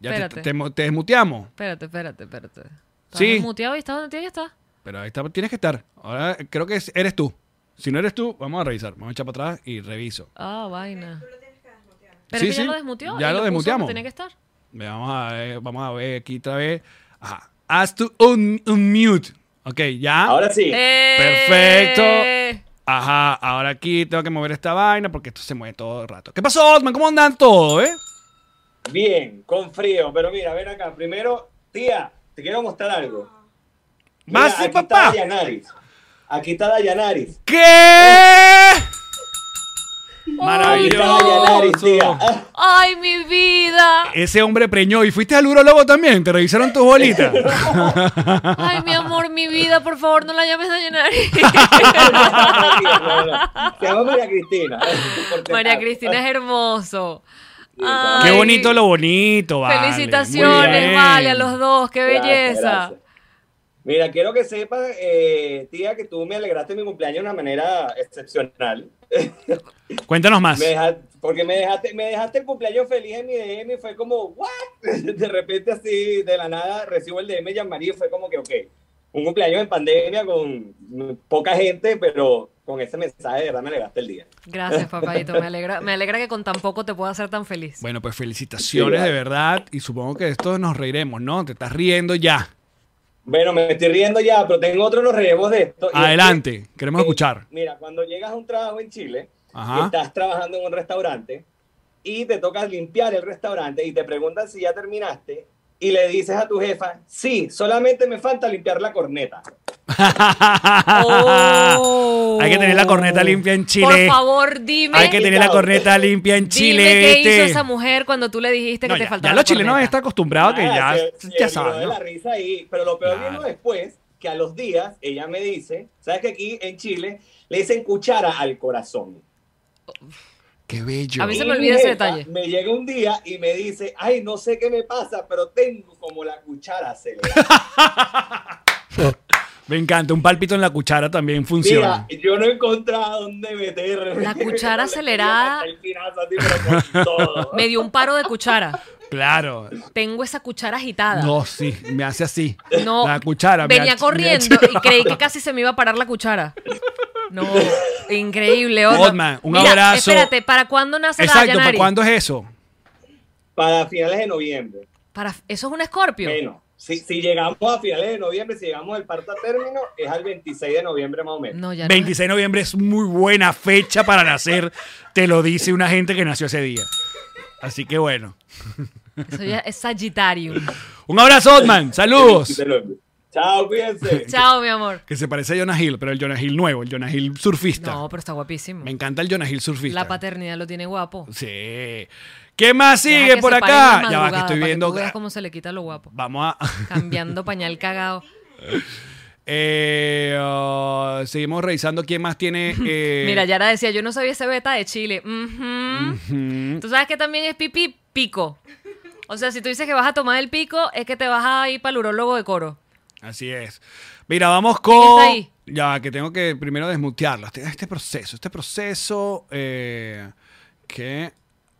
Speaker 4: Ya te-
Speaker 3: espérate,
Speaker 4: te, te, desmuteamos.
Speaker 3: espérate, espérate, espérate. ¿Estás
Speaker 4: Sí.
Speaker 3: muteado y estás donde tienes que estar?
Speaker 4: Pero ahí está- tienes que estar. Ahora creo que es- eres tú. Si no eres tú, vamos a revisar. Vamos a echar para atrás y reviso.
Speaker 3: Ah, vaina. Pero
Speaker 4: Sí,
Speaker 3: que ya
Speaker 4: sí,
Speaker 3: lo desmuteó. y
Speaker 4: ya lo
Speaker 3: puso donde
Speaker 4: desmuteamos.
Speaker 3: Tenía que estar.
Speaker 4: Vamos a ver, vamos a ver aquí otra vez. Ajá. Haz tu un, un mute. Ok, ya.
Speaker 13: Ahora sí.
Speaker 4: Perfecto.
Speaker 3: Eh.
Speaker 4: Ajá, ahora aquí tengo que mover esta vaina porque esto se mueve todo el rato. ¿Qué pasó, Otman? ¿Cómo andan todo, eh?
Speaker 13: Bien, con frío, pero mira, ven acá. Primero, tía, te quiero mostrar algo. Mira,
Speaker 4: Más
Speaker 13: aquí
Speaker 4: papá.
Speaker 13: está Dayanaris. Aquí está Dayanaris.
Speaker 4: ¿Qué?
Speaker 13: Aquí está Dayanaris, tía.
Speaker 3: ¡Ay, mi vida!
Speaker 4: Ese hombre preñó y fuiste al urologo también. Te revisaron tus bolitas.
Speaker 3: ¡Ay, mi amor, mi vida! Por favor, no la llames Dayanari.
Speaker 13: Se llama María Cristina. Por
Speaker 3: María
Speaker 13: si
Speaker 3: Cristina es hermoso.
Speaker 4: Qué
Speaker 3: Ay,
Speaker 4: bonito lo bonito, vale. Muy
Speaker 3: Felicitaciones,
Speaker 4: bien.
Speaker 3: vale, a los dos. ¡Qué
Speaker 13: Gracias,
Speaker 3: belleza!
Speaker 13: gracias. acaso. Mira, quiero que sepas, eh, tía, que tú me alegraste mi cumpleaños de una manera excepcional.
Speaker 4: Cuéntanos más.
Speaker 13: Me deja- porque me dejaste, me dejaste el cumpleaños feliz en mi DM y fue como, ¿what? De repente así, de la nada, recibo el DM de María y fue como que, ok, un cumpleaños en pandemia con mm, poca gente, pero con ese mensaje de verdad me alegraste el día.
Speaker 3: Gracias, papayito. Me alegra, me alegra que con tan poco te pueda hacer tan feliz.
Speaker 4: Bueno, pues felicitaciones de verdad y supongo que de esto nos reiremos, ¿no? Te estás riendo ya.
Speaker 13: Bueno, me estoy riendo ya, pero tengo otro, nos reiremos de esto. y es que,
Speaker 4: Adelante, queremos escuchar.
Speaker 13: mira, cuando llegas a un trabajo en Chile,
Speaker 4: Ajá.
Speaker 13: y estás trabajando en un restaurante y te toca limpiar el restaurante y te preguntan si ya terminaste y le dices a tu jefa, sí, solamente me falta limpiar la corneta.
Speaker 4: Hay que tener la corneta limpia en Chile.
Speaker 3: Oh. Por favor, dime.
Speaker 4: Hay que tener la corneta limpia en Chile.
Speaker 3: Dime qué
Speaker 4: ¿viste?
Speaker 3: hizo esa mujer cuando tú le dijiste
Speaker 4: No,
Speaker 3: que
Speaker 4: ya,
Speaker 3: te
Speaker 4: ya
Speaker 3: faltaba
Speaker 4: los
Speaker 3: la corneta.
Speaker 4: chilenos están acostumbrados que Ah, ya,
Speaker 13: Nada,
Speaker 4: ya
Speaker 13: se- se murió
Speaker 4: saben.
Speaker 13: de
Speaker 4: ¿no?
Speaker 13: la risa ahí, pero lo peor vino después, que a los días ella me dice, sabes que aquí en Chile le dicen cuchara al corazón.
Speaker 4: Qué bello.
Speaker 3: A mí se me
Speaker 13: Y mi
Speaker 3: olvida ese
Speaker 13: jefa
Speaker 3: detalle.
Speaker 13: Me llega un día y me dice, ay, no sé qué me pasa, pero tengo como la cuchara acelerada.
Speaker 4: Me encanta, un palpito en la cuchara también funciona.
Speaker 13: Mira, yo no he encontrado dónde meterme.
Speaker 3: La cuchara acelerada me dio un paro de cuchara.
Speaker 4: Claro.
Speaker 3: Tengo esa cuchara agitada.
Speaker 4: No, sí, me hace así.
Speaker 3: No,
Speaker 4: La cuchara. me
Speaker 3: Venía
Speaker 4: ach- me
Speaker 3: corriendo
Speaker 4: ach-
Speaker 3: y creí que casi se me iba a parar la cuchara. No, increíble. Otman.
Speaker 4: Otman, un
Speaker 3: Mira,
Speaker 4: abrazo.
Speaker 3: Espérate, ¿para cuándo nace
Speaker 4: Exacto, ¿para
Speaker 3: Dayanari?
Speaker 4: cuándo es eso?
Speaker 13: Para finales de noviembre.
Speaker 3: Para- ¿Eso es un escorpio?
Speaker 13: Bueno, si, si llegamos a finales de noviembre, si llegamos al parto a término, es al 26 de noviembre más o menos.
Speaker 3: No, ya
Speaker 4: 26 de noviembre es muy buena fecha para nacer, te lo dice una gente que nació ese día. Así que bueno.
Speaker 3: Eso ya es Sagitarium.
Speaker 4: Un abrazo, Otman. Saludos.
Speaker 13: Chao, cuídense.
Speaker 3: Chao, mi amor.
Speaker 4: Que se parece a Jonah Hill, pero el Jonah Hill nuevo, el Jonah Hill surfista.
Speaker 3: No, pero está guapísimo.
Speaker 4: Me encanta el Jonah Hill surfista.
Speaker 3: La paternidad lo tiene guapo.
Speaker 4: sí. ¿Qué más
Speaker 3: Deja
Speaker 4: sigue
Speaker 3: que
Speaker 4: por
Speaker 3: se pare en la
Speaker 4: acá? Ya va, que
Speaker 3: madrugada
Speaker 4: estoy
Speaker 3: para
Speaker 4: viendo.
Speaker 3: tú veas cómo se le quita lo guapo.
Speaker 4: Vamos a.
Speaker 3: Cambiando pañal cagado.
Speaker 4: Eh, ah, seguimos revisando quién más tiene. eh,
Speaker 3: Mira, Yara decía, yo no sabía ese beta de Chile. Ujú.
Speaker 4: ujú.
Speaker 3: Tú sabes que también es pipí pico. O sea, si tú dices que vas a tomar el pico, es que te vas a ir para el urólogo de coro.
Speaker 4: Así es. Mira, vamos con.
Speaker 3: está ahí?
Speaker 4: Ya, que tengo que primero desmutearlas. Tiene Este proceso, este proceso eh, que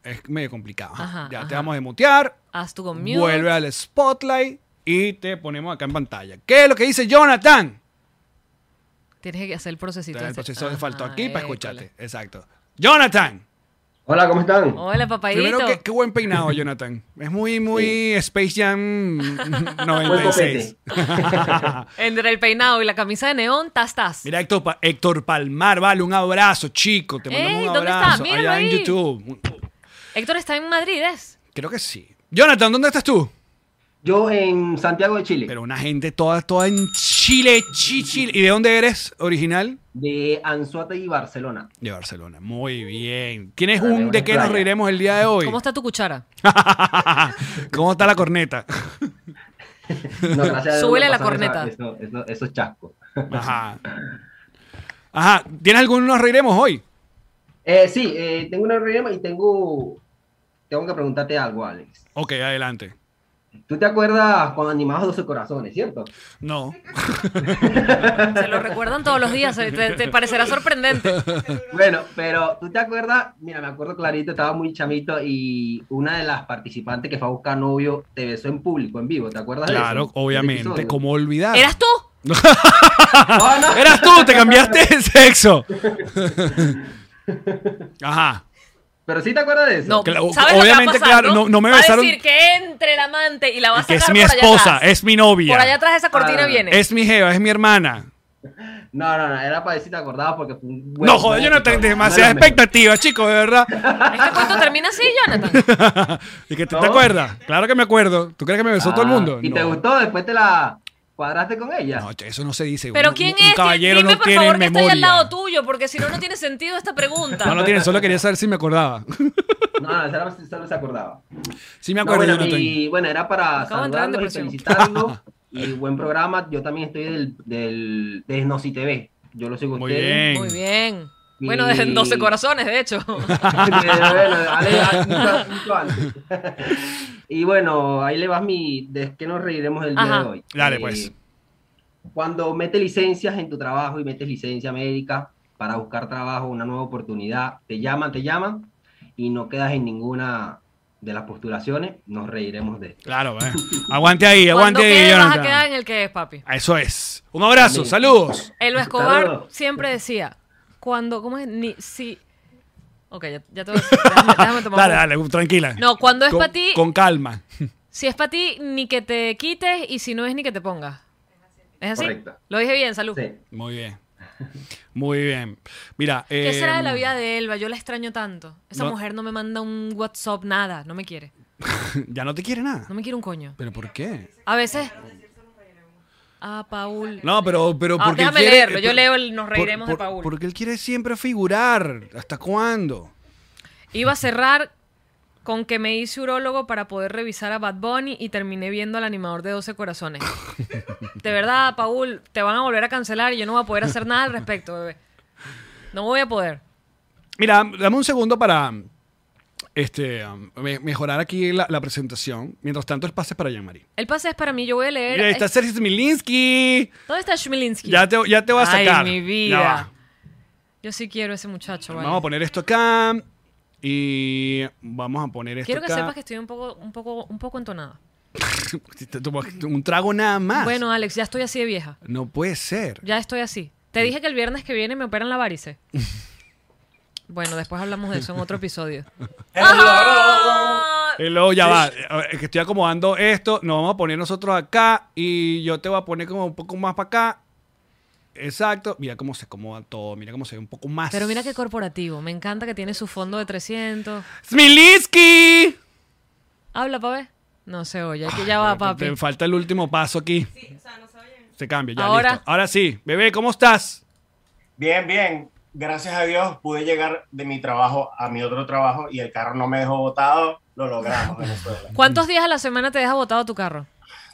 Speaker 4: es medio complicado.
Speaker 3: Ajá,
Speaker 4: ya, te
Speaker 3: ajá.
Speaker 4: vamos a desmutear.
Speaker 3: Haz tu conmigo.
Speaker 4: Vuelve al spotlight y te ponemos acá en pantalla. ¿Qué es lo que dice Jonathan?
Speaker 3: Tienes que hacer el procesito.
Speaker 4: Está El
Speaker 3: ese.
Speaker 4: proceso que faltó
Speaker 3: Ajá,
Speaker 4: aquí para
Speaker 3: école.
Speaker 4: escucharte. Exacto. Jonathan.
Speaker 11: Hola, ¿cómo están?
Speaker 3: Hola, papadito.
Speaker 4: Primero, qué, qué buen peinado, Jonathan. Es muy, muy Space Jam
Speaker 11: Buen
Speaker 4: 96.
Speaker 3: Entre el peinado y la camisa de neón, tas, tas.
Speaker 4: Mira, Héctor, Pa- Héctor Palmar, vale, un abrazo, chico. Te mandamos
Speaker 3: Ey,
Speaker 4: un
Speaker 3: ¿dónde está?
Speaker 4: abrazo.
Speaker 3: Míralo
Speaker 4: Allá en
Speaker 3: ahí.
Speaker 4: YouTube.
Speaker 3: Héctor está en Madrid, ¿es?
Speaker 4: Creo que sí. Jonathan, ¿dónde estás tú?
Speaker 14: Yo en Santiago de Chile.
Speaker 4: Pero una gente toda, toda en Chile, chi, Chile. ¿Y de dónde eres original?
Speaker 14: De Anzuate y Barcelona.
Speaker 4: De Barcelona. Muy bien. ¿Tienes
Speaker 14: Dale,
Speaker 4: un de
Speaker 14: buenas
Speaker 4: qué nos
Speaker 14: playas.
Speaker 4: reiremos el día de hoy?
Speaker 3: ¿Cómo está tu cuchara?
Speaker 4: ¿Cómo está la corneta?
Speaker 14: No, gracias a Dios
Speaker 3: Súbele
Speaker 14: no
Speaker 3: la
Speaker 14: pasaron
Speaker 3: corneta.
Speaker 14: eso- eso- esos chascos.
Speaker 4: Ajá. Ajá. ¿Tienes algún nos reiremos hoy?
Speaker 14: Eh, sí, eh, tengo una reunión y tengo, tengo que preguntarte algo, Alex.
Speaker 4: Ok, adelante.
Speaker 14: ¿Tú te acuerdas cuando animabas 12 corazones, cierto?
Speaker 4: No.
Speaker 3: Se lo recuerdan todos los días. eh, Te, te parecerá sorprendente.
Speaker 14: Bueno, pero tú te acuerdas, mira, me acuerdo clarito, estaba muy chamito y una de las participantes que fue a buscar novio te besó en público, en vivo, ¿te acuerdas de eso?
Speaker 4: Claro,
Speaker 14: Del
Speaker 4: obviamente.
Speaker 14: episodio.
Speaker 4: ¿Cómo olvidar?
Speaker 3: ¿Eras tú?
Speaker 4: Eras tú, te cambiaste de sexo. Ajá.
Speaker 14: Pero sí te acuerdas de eso.
Speaker 3: No,
Speaker 4: Claro,
Speaker 3: ¿sabes lo que va a
Speaker 4: obviamente,
Speaker 3: pasar,
Speaker 4: claro, no- no me
Speaker 3: Va a
Speaker 4: besaron-
Speaker 3: decir que entre el amante y la va a
Speaker 4: Que
Speaker 3: sacar
Speaker 4: es mi
Speaker 3: por allá
Speaker 4: esposa,
Speaker 3: atrás.
Speaker 4: es mi novia.
Speaker 3: Por allá atrás de esa cortina viene.
Speaker 4: Es mi jeva, es mi hermana.
Speaker 14: No, no, no, era para decir te acordabas porque fue un buen
Speaker 4: No, joder, yo no tengo
Speaker 14: episodio.
Speaker 4: demasiadas
Speaker 14: No era
Speaker 4: expectativas, chicos, de verdad.
Speaker 3: ¿Este cuento termina así, Jonathan?
Speaker 4: ¿Y que tú
Speaker 14: No.
Speaker 4: te acuerdas? Claro que me acuerdo. ¿Tú crees que me besó
Speaker 14: Ah,
Speaker 4: todo el mundo?
Speaker 14: ¿Y
Speaker 4: No.
Speaker 14: te gustó? Después te la cuadraste con ella.
Speaker 4: No, che, eso no se dice.
Speaker 3: ¿Pero
Speaker 4: Un-
Speaker 3: quién
Speaker 4: un
Speaker 3: es?
Speaker 4: caballero
Speaker 3: Dime,
Speaker 4: no
Speaker 3: por
Speaker 4: tiene
Speaker 3: favor, que
Speaker 4: memoria.
Speaker 3: estoy al lado tuyo, porque si no, no tiene sentido esta pregunta.
Speaker 4: No, no tiene, solo quería saber si me acordaba.
Speaker 14: No, no, solo, solo se acordaba.
Speaker 4: Sí me acuerdo,
Speaker 14: No, bueno,
Speaker 4: Jonathan.
Speaker 14: y bueno, era para
Speaker 3: Acabo de entrar en
Speaker 14: saludarlos y
Speaker 3: depresión.
Speaker 14: felicitarlos. y buen programa. Yo también estoy del, del, de Nosy TV. Yo lo sigo a
Speaker 4: Muy
Speaker 14: ustedes.
Speaker 4: bien.
Speaker 3: Muy bien. Bueno,
Speaker 14: Y-
Speaker 3: desde 12 corazones, de hecho.
Speaker 14: Bueno, Ale, a- mucho- mucho antes. y bueno, ahí le vas mi. ¿De qué nos reiremos el día
Speaker 3: Ajá.
Speaker 14: de hoy?
Speaker 4: Dale,
Speaker 14: Eh,
Speaker 4: pues.
Speaker 14: cuando metes licencias en tu trabajo y metes licencia médica para buscar trabajo, una nueva oportunidad, te llaman, te llaman y no quedas en ninguna de las postulaciones, nos reiremos de esto.
Speaker 4: Claro, eh. bueno. aguante ahí,
Speaker 3: Cuando
Speaker 4: aguante ahí,
Speaker 3: quedes, vas a
Speaker 4: Jonathan.
Speaker 3: quedar en el que es, papi.
Speaker 4: Eso es. Un abrazo,
Speaker 14: Amén.
Speaker 4: saludos.
Speaker 3: Elba Escobar
Speaker 4: Saludos.
Speaker 3: siempre decía, cuando, ¿cómo es? Ni, si... Ok, ya, ya te voy a decir, déjame, déjame tomar
Speaker 4: Dale,
Speaker 3: un-
Speaker 4: dale, tranquila.
Speaker 3: No, cuando es
Speaker 4: Con-
Speaker 3: pa' ti-
Speaker 4: Con calma.
Speaker 3: Si es para ti, ni que te quites y si no es, ni que te pongas. ¿Es así?
Speaker 4: Correcto.
Speaker 3: Lo dije bien, salud.
Speaker 4: Muy bien. Muy bien. Mira.
Speaker 3: ¿Qué será de la
Speaker 4: em,
Speaker 3: vida de Elba? Yo la extraño tanto. Esa
Speaker 4: no-
Speaker 3: mujer no me manda un WhatsApp, nada, no me quiere.
Speaker 4: Ya no te quiere nada.
Speaker 3: No me quiere un coño.
Speaker 4: ¿Pero por qué?
Speaker 3: A veces... Ah, Paul.
Speaker 4: No, pero, pero
Speaker 3: Ah,
Speaker 4: porque él
Speaker 3: déjame
Speaker 4: quiere-
Speaker 3: leerlo, yo
Speaker 4: por-
Speaker 3: leo el Nos
Speaker 4: por-
Speaker 3: reiremos de
Speaker 4: por-
Speaker 3: Paul.
Speaker 4: Porque él quiere siempre figurar. ¿Hasta cuándo?
Speaker 3: Iba a cerrar con que me hice urólogo para poder revisar a Bad Bunny y terminé viendo al animador de 12 corazones. De verdad, Paul, te van a volver a cancelar y yo no voy a poder hacer nada al respecto, bebé. No voy a poder.
Speaker 4: Mira, dame un segundo para este, um, me- mejorar aquí la, la presentación. Mientras tanto, el pase es para Jean-Marie.
Speaker 3: El pase es para mí, yo voy a leer.
Speaker 4: Mira, ahí está
Speaker 3: Ay,
Speaker 4: Sergio Smilinski.
Speaker 3: ¿Dónde está Schmilinski?
Speaker 4: Ya te, ya te voy a
Speaker 3: Ay,
Speaker 4: sacar.
Speaker 3: mi
Speaker 4: Ya
Speaker 3: vida.
Speaker 4: va.
Speaker 3: Yo sí quiero a ese muchacho, vale.
Speaker 4: Vamos a poner esto acá. Y vamos a poner esto
Speaker 3: Quiero que
Speaker 4: acá.
Speaker 3: sepas que estoy un poco, un poco, un poco entonada.
Speaker 4: Te tomas Un trago nada más.
Speaker 3: Bueno, Alex, ya estoy así de vieja.
Speaker 4: No puede ser.
Speaker 3: Ya estoy así. Te dije que el viernes que viene me operan la varice. Bueno, después hablamos de eso en otro episodio.
Speaker 4: Y luego ya va. eh, Que estoy acomodando esto. Nos vamos a poner nosotros acá. Y yo te voy a poner como un poco más para acá. Exacto. Mira cómo se acomoda todo. Mira cómo se ve un poco más.
Speaker 3: Ah, Pero mira qué corporativo. Me encanta que tiene su fondo de 300.
Speaker 4: ¡Smilinski!
Speaker 3: Habla, pa' ver. No se oye. Aquí ya va, papi.
Speaker 4: Ah, Te falta el último paso aquí. Se cambia, ya
Speaker 3: Ahora.
Speaker 4: listo. Ahora sí. Bebé, ¿cómo estás?
Speaker 15: Bien, bien. Gracias a Dios pude llegar de mi trabajo a mi otro trabajo y el carro no me dejó botado. Lo logramos, Venezuela.
Speaker 3: ¿Cuántos días a la semana te deja botado tu carro?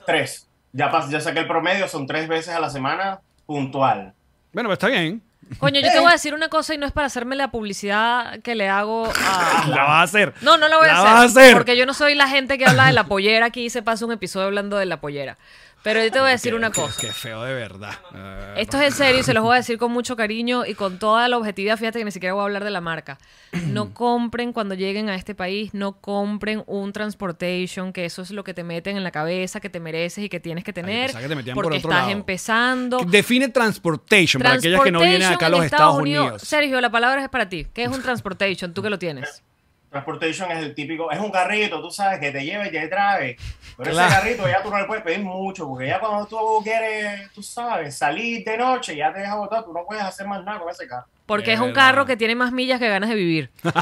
Speaker 15: Tres. Ya, pas- ya saqué el promedio, son tres veces a la semana puntual.
Speaker 4: Bueno, pues está bien.
Speaker 3: Coño,
Speaker 4: Eh.
Speaker 3: yo te voy a decir una cosa y no es para hacerme la publicidad que le hago a...
Speaker 4: La vas a hacer.
Speaker 3: No, no la voy a
Speaker 4: La
Speaker 3: hacer.
Speaker 4: vas a hacer.
Speaker 3: Porque yo no soy la gente que habla de la pollera aquí y se pasa un episodio hablando de la pollera. Pero yo te voy a decir una cosa.
Speaker 4: Qué feo de verdad. Eh,
Speaker 3: Esto es en serio y se los voy a decir con mucho cariño y con toda la objetividad. Fíjate que ni siquiera voy a hablar de la marca. No compren cuando lleguen a este país, no compren un transportation, que eso es lo que te meten en la cabeza, que te mereces y que tienes que tener.
Speaker 4: pensaba que te metían por
Speaker 3: porque
Speaker 4: otro
Speaker 3: estás
Speaker 4: lado.
Speaker 3: empezando.
Speaker 4: Define transportation, para aquellas que no vienen acá a
Speaker 3: Transportation
Speaker 4: los
Speaker 3: en
Speaker 4: Estados Unidos.
Speaker 3: Sergio, la palabra es para ti. ¿Qué es un transportation? Tú que lo tienes.
Speaker 15: Transportation es el típico, es un carrito, tú sabes, que te lleva y te trae. Pero
Speaker 4: Claro.
Speaker 15: ese carrito ya tú no le puedes pedir mucho, porque ya cuando tú quieres, tú sabes, salir de noche, ya te deja botado, tú no puedes hacer más nada con ese carro.
Speaker 3: Porque es, un carro que tiene más millas que ganas de vivir.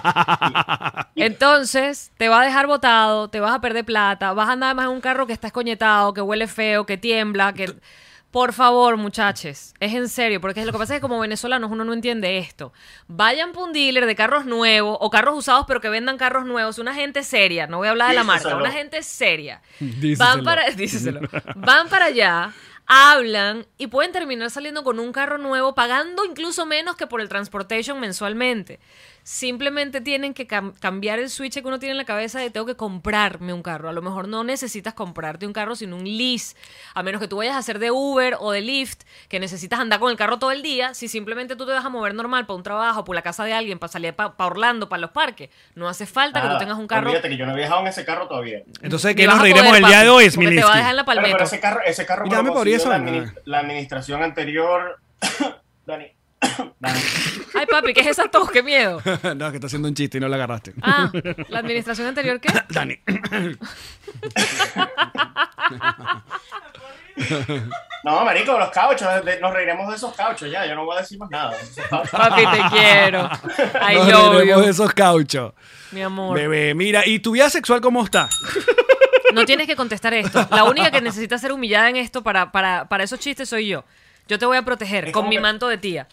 Speaker 3: Entonces, te va a dejar botado, te vas a perder plata, vas a andar más en un carro que está escoñetado, que huele feo, que tiembla, que... Por favor, muchachos, es en serio, porque lo que pasa es que como venezolanos uno no entiende esto. Vayan por un dealer de carros nuevos o carros usados, pero que vendan carros nuevos. Una gente seria, no voy a hablar de la marca,
Speaker 16: Díselo.
Speaker 3: una gente seria.
Speaker 16: Díselo.
Speaker 3: Van para, díselo. Van para allá, hablan y pueden terminar saliendo con un carro nuevo, pagando incluso menos que por el transportation mensualmente. Simplemente tienen que cam- cambiar el switch que uno tiene en la cabeza de tengo que comprarme un carro. A lo mejor no necesitas comprarte un carro sino un lease, a menos que tú vayas a hacer de Uber o de Lyft, que necesitas andar con el carro todo el día. Si simplemente tú te vas a mover normal para un trabajo, por la casa de alguien, para salir para Orlando, para los parques, no hace falta que
Speaker 15: Nada,
Speaker 3: tú tengas un carro.
Speaker 15: Olvídate que yo no he viajado en ese carro todavía.
Speaker 4: Entonces, ¿qué Ni nos vas a reiremos poder, el día de papi, hoy, porque te va a Smilinski? dejar en la
Speaker 15: Claro,
Speaker 4: palmera.
Speaker 15: Pero ese carro, ese carro
Speaker 4: Mira,
Speaker 15: me
Speaker 4: dame
Speaker 15: lo
Speaker 4: por
Speaker 15: consiguió
Speaker 4: eso,
Speaker 15: la,
Speaker 4: ¿no?
Speaker 15: admini- la administración anterior. Dani. Dani.
Speaker 3: Ay, papi, ¿qué es esa tos? ¡Qué miedo!
Speaker 4: no, que está haciendo un chiste y no la agarraste.
Speaker 3: Ah, la administración anterior, ¿qué?
Speaker 4: Dani.
Speaker 15: No, marico, los cauchos, de- nos reiremos de esos cauchos ya, yo no voy a decir más nada.
Speaker 3: Papi, te quiero. I
Speaker 4: Nos
Speaker 3: love
Speaker 4: reiremos
Speaker 3: you.
Speaker 4: de esos cauchos.
Speaker 3: Mi amor.
Speaker 4: Bebé, mira, ¿y tu vida sexual cómo está?
Speaker 3: No tienes que contestar esto. La única que necesita ser humillada en esto para, para, para esos chistes soy yo. Yo te voy a proteger con
Speaker 15: como
Speaker 3: mi
Speaker 15: que-
Speaker 3: manto de tía.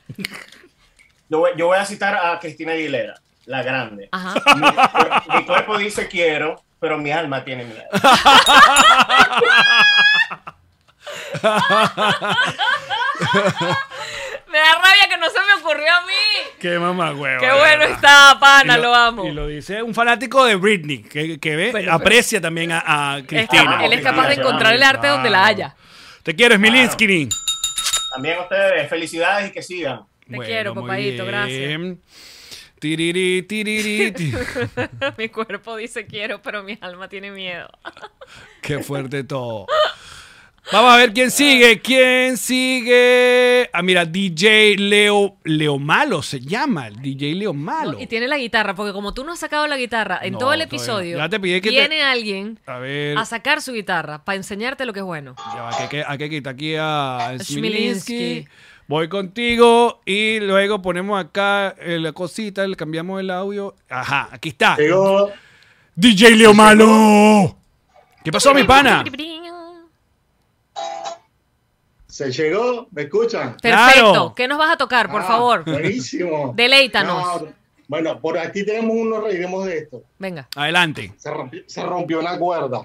Speaker 15: Yo voy, yo voy a citar a Cristina Aguilera, la grande.
Speaker 3: Ajá.
Speaker 15: Mi, mi cuerpo dice quiero, pero mi alma tiene miedo.
Speaker 3: Me da rabia que no se me ocurrió a mí.
Speaker 4: Qué mamá, huevo.
Speaker 3: Qué bueno está, pana, lo amo.
Speaker 4: Y lo dice un fanático de Britney, que, que ve, aprecia también a, a
Speaker 3: Es que
Speaker 4: Cristina.
Speaker 3: Ah, él es capaz de encontrar el arte donde la haya.
Speaker 4: Te quiero, Smilinski.
Speaker 15: También a ustedes, felicidades y que sigan.
Speaker 3: Te quiero, papadito, gracias.
Speaker 4: Tiriri, tiriri, ti-
Speaker 3: mi cuerpo dice quiero, pero mi alma tiene miedo.
Speaker 4: Qué fuerte todo. Vamos a ver quién sigue. ¿Quién sigue? Ah, mira, DJ Leo, Leo Malo se llama. el DJ Leo Malo.
Speaker 3: Y tiene la guitarra, porque como tú no has sacado la guitarra en
Speaker 4: No,
Speaker 3: todo el
Speaker 4: todavía no.
Speaker 3: episodio,
Speaker 4: Ya te pillé que te-
Speaker 3: viene alguien
Speaker 4: A ver.
Speaker 3: a sacar su guitarra para enseñarte lo que es bueno.
Speaker 4: Ya va, que- que- hay que quitar aquí a Smilinski.
Speaker 3: Smilinski.
Speaker 4: Voy contigo y luego ponemos acá eh, la cosita, le cambiamos el audio. Ajá, aquí está.
Speaker 15: Llegó.
Speaker 4: DJ Leo Malo. ¿Qué pasó, mi pana?
Speaker 16: Se llegó, ¿me escuchan?
Speaker 3: Perfecto. ¿Qué nos vas a tocar, por
Speaker 16: Ah,
Speaker 3: favor?
Speaker 16: Buenísimo.
Speaker 3: Deleítanos.
Speaker 16: No, bueno, por aquí tenemos uno, reiremos de esto.
Speaker 3: Venga.
Speaker 4: Adelante.
Speaker 16: Se rompió, se rompió una cuerda.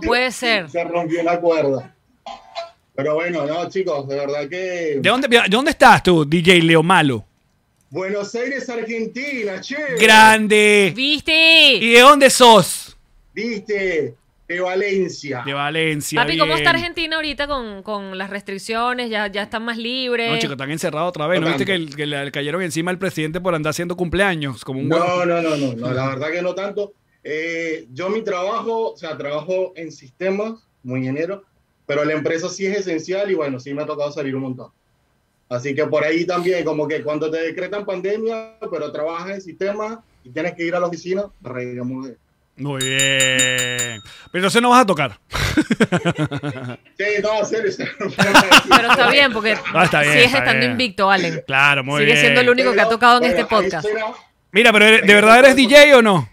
Speaker 3: puede ser.
Speaker 16: Se rompió una cuerda. Pero bueno, no, chicos, de verdad que.
Speaker 4: ¿De dónde, de dónde estás tú, DJ Leo Malo?
Speaker 16: Buenos Aires, Argentina, che.
Speaker 4: Grande.
Speaker 3: ¿Viste?
Speaker 4: ¿Y de dónde sos?
Speaker 16: ¿Viste? De Valencia.
Speaker 4: De Valencia.
Speaker 3: Papi, ¿cómo
Speaker 4: bien.
Speaker 3: está Argentina ahorita con, con las restricciones? Ya, ya están más libres.
Speaker 4: No, chicos, están encerrados otra vez. ¿No
Speaker 16: No
Speaker 4: viste que,
Speaker 16: tanto.
Speaker 4: el- que le cayeron encima al presidente por andar haciendo cumpleaños? Como un
Speaker 16: No,
Speaker 4: huevón?
Speaker 16: no, no, no, no, la verdad que no tanto. Eh, yo mi trabajo, o sea, trabajo en sistemas, muy ingeniero, pero la empresa sí es esencial y bueno, sí me ha tocado salir un montón. Así que por ahí también, como que cuando te decretan pandemia, pero trabajas en sistemas y tienes que ir a la oficina, reiremos de
Speaker 4: Muy bien. Pero entonces no vas a tocar.
Speaker 16: Sí, no, serio,
Speaker 3: Pero está bien, porque
Speaker 4: Ah, está bien,
Speaker 3: sigues
Speaker 4: está
Speaker 3: estando
Speaker 4: bien.
Speaker 3: invicto, Allen.
Speaker 4: Claro, muy
Speaker 3: Sigue
Speaker 4: bien.
Speaker 3: siendo el único que ha tocado en este podcast.
Speaker 4: Mira, pero eres- ¿de verdad eres DJ o no?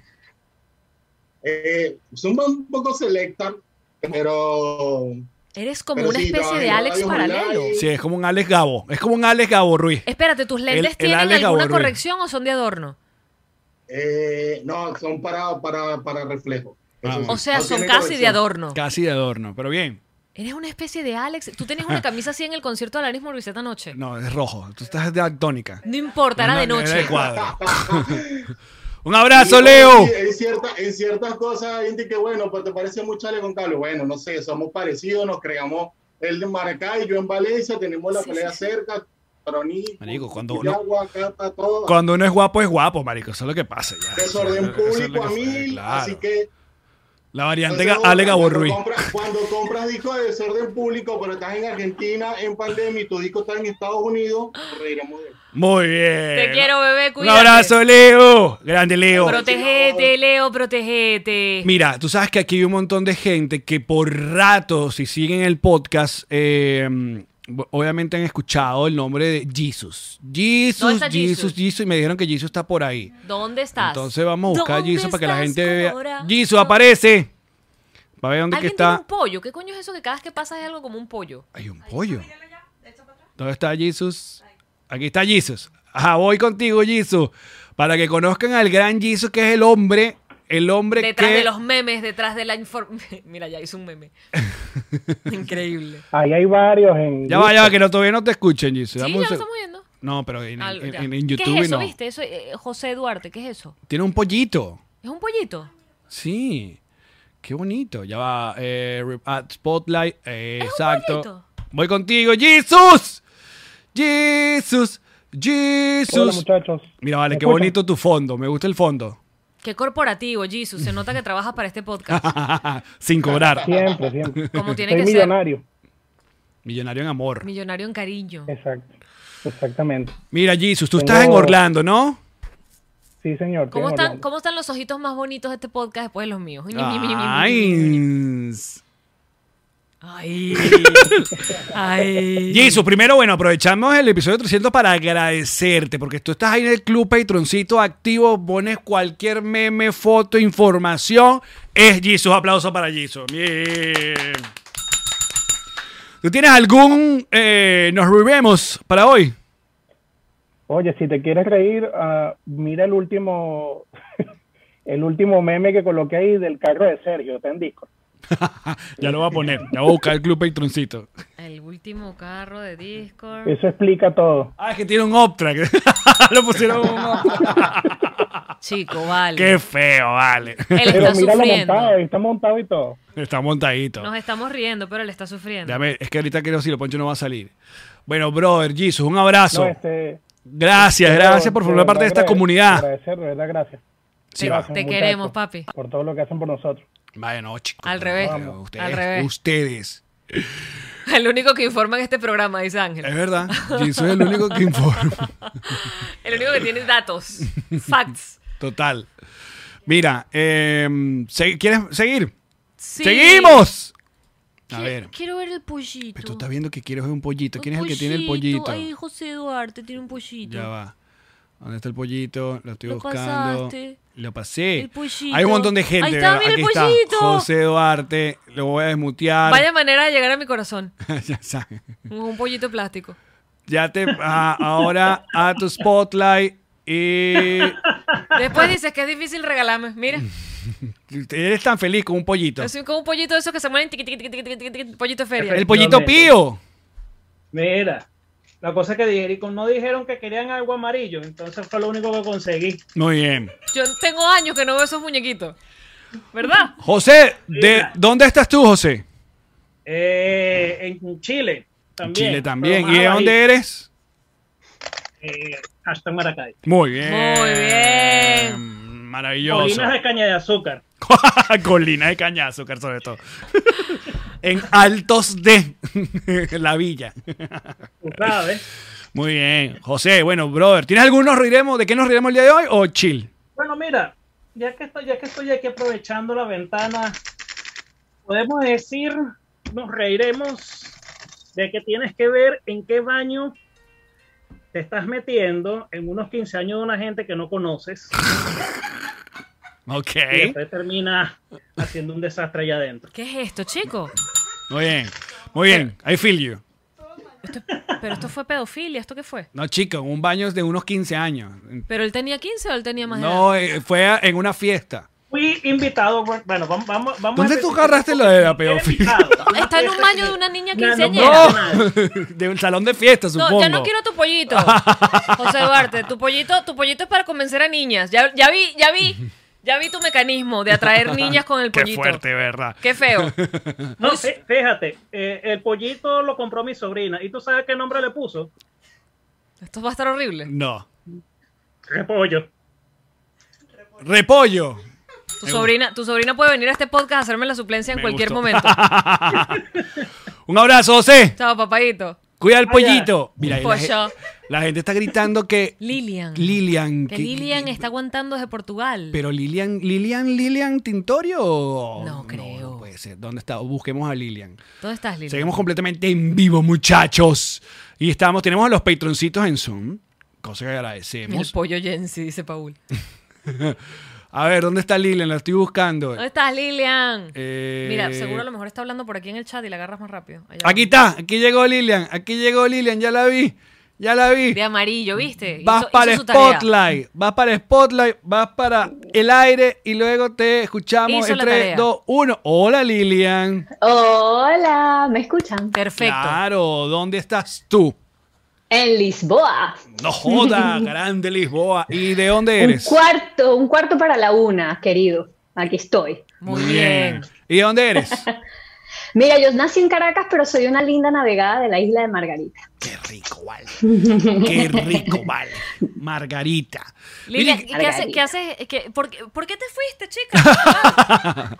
Speaker 16: Eh, son un poco selecta, pero...
Speaker 3: Eres como
Speaker 16: pero
Speaker 3: una
Speaker 16: sí,
Speaker 3: especie
Speaker 16: trabajo
Speaker 3: de
Speaker 16: en
Speaker 3: Alex
Speaker 16: radios online.
Speaker 3: paralelo.
Speaker 4: Sí, es como un Alex Gabo. Es como un Alex Gabo, Ruiz.
Speaker 3: Espérate, ¿tus lentes
Speaker 4: El- el
Speaker 3: tienen
Speaker 4: Alex
Speaker 3: alguna
Speaker 4: Gaborruy.
Speaker 3: corrección o son de adorno?
Speaker 16: Eh, no, son para, para, para reflejo. Eso sí.
Speaker 3: O sea,
Speaker 16: No
Speaker 3: son
Speaker 16: tiene
Speaker 3: casi de
Speaker 16: corrección.
Speaker 3: adorno.
Speaker 4: Casi de adorno, pero bien.
Speaker 3: Eres una especie de Alex. Tú tenías una camisa así en el concierto de Alanis Morissette anoche.
Speaker 4: No, es rojo. Tú estás de actónica.
Speaker 3: No importa, era de noche.
Speaker 4: cuadro. un abrazo,
Speaker 16: Sí,
Speaker 4: Leo.
Speaker 16: sí, En, cierta- en ciertas cosas hay gente que, bueno, pues te parece mucho Ale con Carlos. Bueno, no sé, somos parecidos, nos creamos el de Maracay, yo en Valencia, tenemos la
Speaker 3: Sí,
Speaker 16: pelea
Speaker 3: sí, sí.
Speaker 16: cerca, Peroní,
Speaker 4: Marico, cuando uno,
Speaker 16: Puyagua, acá está todo.
Speaker 4: cuando uno es guapo, es guapo, marico. Eso es lo que pasa. ya.
Speaker 16: Desorden
Speaker 4: Eso es lo
Speaker 16: público a
Speaker 4: que-
Speaker 16: mil,
Speaker 4: claro.
Speaker 16: así que...
Speaker 4: La variante
Speaker 16: entonces,
Speaker 4: Ga- Alex Gabo,
Speaker 16: cuando,
Speaker 4: Ruiz.
Speaker 16: compras, cuando compras disco de desorden público, pero estás en Argentina, en pandemia, y tu disco está en Estados Unidos, reiremos de él.
Speaker 4: Muy bien.
Speaker 3: Te quiero, bebé,
Speaker 4: Un
Speaker 3: cuídate.
Speaker 4: abrazo, Leo. Grande, Leo.
Speaker 3: Protegete, Leo, protegete.
Speaker 4: Mira, tú sabes que aquí hay un montón de gente que por rato, si siguen el podcast, eh, obviamente han escuchado el nombre de Jesus.
Speaker 3: ¿Dónde
Speaker 4: Jesus,
Speaker 3: está
Speaker 4: Jesus,
Speaker 3: Jesus?
Speaker 4: Jesus, y me dijeron que Jesus está por ahí.
Speaker 3: ¿Dónde estás?
Speaker 4: Entonces vamos a buscar a
Speaker 3: ¿Dónde
Speaker 4: Jesus para que la
Speaker 3: estás,
Speaker 4: gente vea.
Speaker 3: Cora?
Speaker 4: Jesus, aparece. Para ver dónde que
Speaker 3: ¿Alguien tiene
Speaker 4: está.
Speaker 3: un pollo? ¿Qué coño es eso que cada vez que pasa es algo como un pollo?
Speaker 4: Hay un pollo. ¿Dónde está Jesus? Aquí está Jesus. Ajá, voy contigo, Jesus. Para que conozcan al gran Jesus, que es el hombre. El hombre
Speaker 3: Detrás
Speaker 4: que.
Speaker 3: de los memes, detrás de la información. Mira, ya hizo un meme. Increíble.
Speaker 17: Ahí hay varios en.
Speaker 4: Ya va, ya va, que no, todavía no te escuchen, Jesus.
Speaker 3: Sí,
Speaker 4: Dame
Speaker 3: ya
Speaker 4: un
Speaker 3: lo
Speaker 4: seg-
Speaker 3: estamos viendo.
Speaker 4: No, pero en,
Speaker 3: Algo,
Speaker 4: en-
Speaker 3: ya.
Speaker 4: en- en YouTube
Speaker 3: ¿Qué es eso,
Speaker 4: no.
Speaker 3: viste? Eso, eh, José Duarte, ¿qué es eso?
Speaker 4: Tiene un pollito.
Speaker 3: ¿Es un pollito?
Speaker 4: Sí. Qué bonito. Ya va. eh, re- ah, Spotlight. eh, exacto.
Speaker 3: pollito.
Speaker 4: Voy contigo, Jesus. Jesus. Jesus.
Speaker 17: Hola, muchachos.
Speaker 4: Mira, vale,
Speaker 17: ¿Me
Speaker 4: qué
Speaker 17: escuchan?
Speaker 4: bonito tu fondo. Me gusta el fondo.
Speaker 3: Qué corporativo, Jesus. Se nota que trabajas para este podcast.
Speaker 4: Sin cobrar.
Speaker 17: Siempre, siempre.
Speaker 3: Como tiene
Speaker 17: Soy
Speaker 3: que ser.
Speaker 17: millonario.
Speaker 4: Millonario en amor.
Speaker 3: Millonario en cariño.
Speaker 17: Exacto. Exactamente.
Speaker 4: Mira, Jesus, tú
Speaker 17: Tengo-
Speaker 4: estás en Orlando, ¿no?
Speaker 17: Sí, señor. estoy
Speaker 3: ¿Cómo
Speaker 17: en
Speaker 3: están,
Speaker 17: Orlando.
Speaker 3: ¿Cómo están los ojitos más bonitos de este podcast después de los míos?
Speaker 4: Ay.
Speaker 3: Ay. Ay.
Speaker 4: Jesus, primero, bueno, aprovechamos el episodio 300 para agradecerte, porque tú estás ahí en el club Patroncito activo, pones cualquier meme, foto, información. Es Jesus, aplauso para Jesus. Bien. ¿Tú tienes algún eh, nos reiremos para hoy?
Speaker 17: Oye, si te quieres reír, ah, mira el último. El último meme que coloqué ahí del carro de Sergio, está en Discord.
Speaker 4: Ya lo voy a poner, ya voy a buscar el club Patroncito.
Speaker 3: El último carro de Discord.
Speaker 17: Eso explica todo.
Speaker 4: Ah, es que tiene un Optra. que- lo pusieron un Optra.
Speaker 3: Chico, vale.
Speaker 4: Qué feo, vale.
Speaker 3: Él
Speaker 17: Pero
Speaker 3: está
Speaker 17: míralo
Speaker 3: sufriendo.
Speaker 17: montado, está montado y todo.
Speaker 4: Está montadito.
Speaker 3: Nos estamos riendo, pero él está sufriendo.
Speaker 4: Dame, es que ahorita creo si lo poncho no va a salir. Bueno, brother, Jesus, un abrazo.
Speaker 17: No, este,
Speaker 4: gracias,
Speaker 17: Pero,
Speaker 4: gracias por
Speaker 17: de
Speaker 4: formar
Speaker 17: verdad,
Speaker 4: parte de esta
Speaker 17: agrade-
Speaker 4: comunidad.
Speaker 17: Agradecer, de verdad, gracias.
Speaker 4: Sí,
Speaker 3: te
Speaker 4: va.
Speaker 3: te
Speaker 17: muchachos.
Speaker 3: queremos, papi.
Speaker 17: Por todo lo que hacen por nosotros.
Speaker 4: Vaya, no, chicos.
Speaker 3: Al revés.
Speaker 4: Vamos, Ustedes,
Speaker 3: Al revés.
Speaker 4: ustedes.
Speaker 3: El único que informa en este programa, dice Ángel.
Speaker 4: Es verdad. Jesus es el único que informa.
Speaker 3: El único que tiene datos. Facts.
Speaker 4: Total. Mira, eh, ¿se- ¿quieres seguir?
Speaker 3: Sí.
Speaker 4: ¡Seguimos! A
Speaker 3: Qui-
Speaker 4: ver,
Speaker 3: Quiero ver el pollito.
Speaker 4: tú estás viendo que quieres un pollito. ¿Quién es el que tiene el
Speaker 3: Pollito.
Speaker 4: pollito?
Speaker 3: Ay, José Duarte tiene un pollito.
Speaker 4: Ya va. ¿Dónde está el pollito? Lo estoy
Speaker 3: Lo
Speaker 4: buscando.
Speaker 3: pasaste.
Speaker 4: Lo pasé.
Speaker 3: El pollito.
Speaker 4: Hay un montón de gente.
Speaker 3: Ahí está,
Speaker 4: ¿verdad?
Speaker 3: mira el
Speaker 4: Aquí está.
Speaker 3: pollito.
Speaker 4: José Duarte. Lo voy a desmutear.
Speaker 3: Vaya manera de llegar a mi corazón.
Speaker 4: ya sabes.
Speaker 3: Un pollito plástico.
Speaker 4: Ya te. ah, ahora a tu spotlight. Y.
Speaker 3: Después dices que es difícil regalarme. Mira,
Speaker 4: Mm. Eres tan feliz con un pollito.
Speaker 3: es como un pollito de esos que se mueven. tiqui, tiqui, tiqui, tiqui, tiqui, tiqui, pollito de feria.
Speaker 4: El pollito pío.
Speaker 18: Mira, la cosa es que dijeron, no dijeron que querían algo amarillo, entonces fue lo único que conseguí.
Speaker 4: Muy bien.
Speaker 3: Yo tengo años que no veo esos muñequitos. ¿Verdad?
Speaker 4: José, ¿de dónde estás tú, José?
Speaker 18: Eh, en Chile también.
Speaker 4: Chile también.
Speaker 18: pero más
Speaker 4: ¿Y de
Speaker 18: amarillo.
Speaker 4: dónde eres?
Speaker 18: Eh, hasta Maracay.
Speaker 4: Muy bien.
Speaker 18: Muy
Speaker 4: bien. Maravilloso.
Speaker 18: Colinas de caña de azúcar.
Speaker 4: Colina de caña, azúcar sobre todo. en Altos de la villa.
Speaker 18: Tú
Speaker 4: ¿eh?
Speaker 18: sabes.
Speaker 4: Muy bien. José, bueno, brother, ¿tienes algunos riremos? ¿De qué nos riremos el día de hoy o chill?
Speaker 18: Bueno, mira, ya que estoy, ya que estoy aquí aprovechando la ventana, podemos decir, nos reiremos de que tienes que ver en qué baño te estás metiendo en unos 15 años de una gente que no conoces
Speaker 4: Ok.
Speaker 18: y después termina haciendo un desastre allá adentro.
Speaker 3: ¿Qué es esto, chico?
Speaker 4: Muy bien. Muy bien. I feel you.
Speaker 3: Pero esto fue pedofilia. ¿Esto qué fue?
Speaker 4: No, chico, un baño de unos 15 años.
Speaker 3: ¿Pero él tenía 15 o él tenía más edad?
Speaker 4: No, eh, fue a- en una fiesta.
Speaker 18: Fui invitado, bueno, vamos, vamos, vamos
Speaker 4: ¿Dónde
Speaker 18: a
Speaker 4: tú agarraste lo de la pedofilia?
Speaker 3: Está en un baño de una niña quinceañera.
Speaker 4: ah, No, de un salón de fiesta,
Speaker 3: No,
Speaker 4: supongo.
Speaker 3: ya no quiero tu pollito. José Duarte, tu pollito, tu pollito es para convencer a niñas. Ya, ya vi, ya vi, ya vi tu mecanismo de atraer niñas con el pollito.
Speaker 4: Qué fuerte, ¿verdad?
Speaker 3: Qué feo.
Speaker 18: No, fí- fíjate, eh, el pollito lo compró mi sobrina y tú sabes qué nombre le puso.
Speaker 3: Esto va a estar horrible.
Speaker 4: No.
Speaker 18: Repollo.
Speaker 4: Repollo.
Speaker 3: Tu sobrina, tu sobrina puede venir a este podcast a hacerme la suplencia en
Speaker 4: Me
Speaker 3: cualquier
Speaker 4: gustó.
Speaker 3: momento.
Speaker 4: Un abrazo, José.
Speaker 3: Chao, papadito.
Speaker 4: Cuida el pollito.
Speaker 3: Mira,
Speaker 4: Mira, y la, ge-
Speaker 3: Pollo.
Speaker 4: la gente está gritando que
Speaker 3: Lilian.
Speaker 4: Lilian.
Speaker 3: Ah, Que
Speaker 4: que-
Speaker 3: Lilian está aguantando desde Portugal.
Speaker 4: Pero Lilian, Lilian, Lilian Tintorio. No
Speaker 3: creo.
Speaker 4: No puede ser. ¿Dónde está? Busquemos a Lilian.
Speaker 3: ¿Dónde estás, Lilian?
Speaker 4: Seguimos completamente en vivo, muchachos. Y estamos, tenemos a los patroncitos en Zoom, cosa que
Speaker 3: El
Speaker 4: agradecemos.
Speaker 3: pollo Jensi, dice Paul.
Speaker 4: A ver, ¿dónde está Lilian? La estoy buscando.
Speaker 3: ¿Dónde estás, Lilian?
Speaker 4: Eh,
Speaker 3: Mira, seguro a lo mejor está hablando por aquí en el chat y la agarras más rápido. Allá
Speaker 4: Aquí está, aquí llegó Lilian, aquí llegó Lilian, ya la vi, ya la vi.
Speaker 3: De amarillo, ¿viste?
Speaker 4: Vas
Speaker 3: Hizo-
Speaker 4: para
Speaker 3: hizo su tarea.
Speaker 4: Spotlight, vas para Spotlight, vas para el aire y luego te escuchamos
Speaker 3: Hizo
Speaker 4: en
Speaker 3: la
Speaker 4: 3,
Speaker 3: tarea.
Speaker 4: 2, 1. Hola Lilian.
Speaker 19: Hola, ¿me escuchan?
Speaker 3: Perfecto.
Speaker 4: Claro, ¿dónde estás tú?
Speaker 19: En Lisboa.
Speaker 4: No joda, grande Lisboa. ¿Y de dónde
Speaker 19: Un
Speaker 4: eres?
Speaker 19: cuarto, un cuarto para la una, querido. Aquí estoy.
Speaker 4: Muy bien. ¿Y de dónde eres?
Speaker 19: Mira, yo nací en Caracas, pero soy una linda navegada de la isla de Margarita.
Speaker 4: Qué rico, vale. Margarita.
Speaker 3: Lilian,
Speaker 4: Mira,
Speaker 3: ¿y ¿qué, hace- qué haces? ¿Qué- por, qué- por qué te fuiste, chica?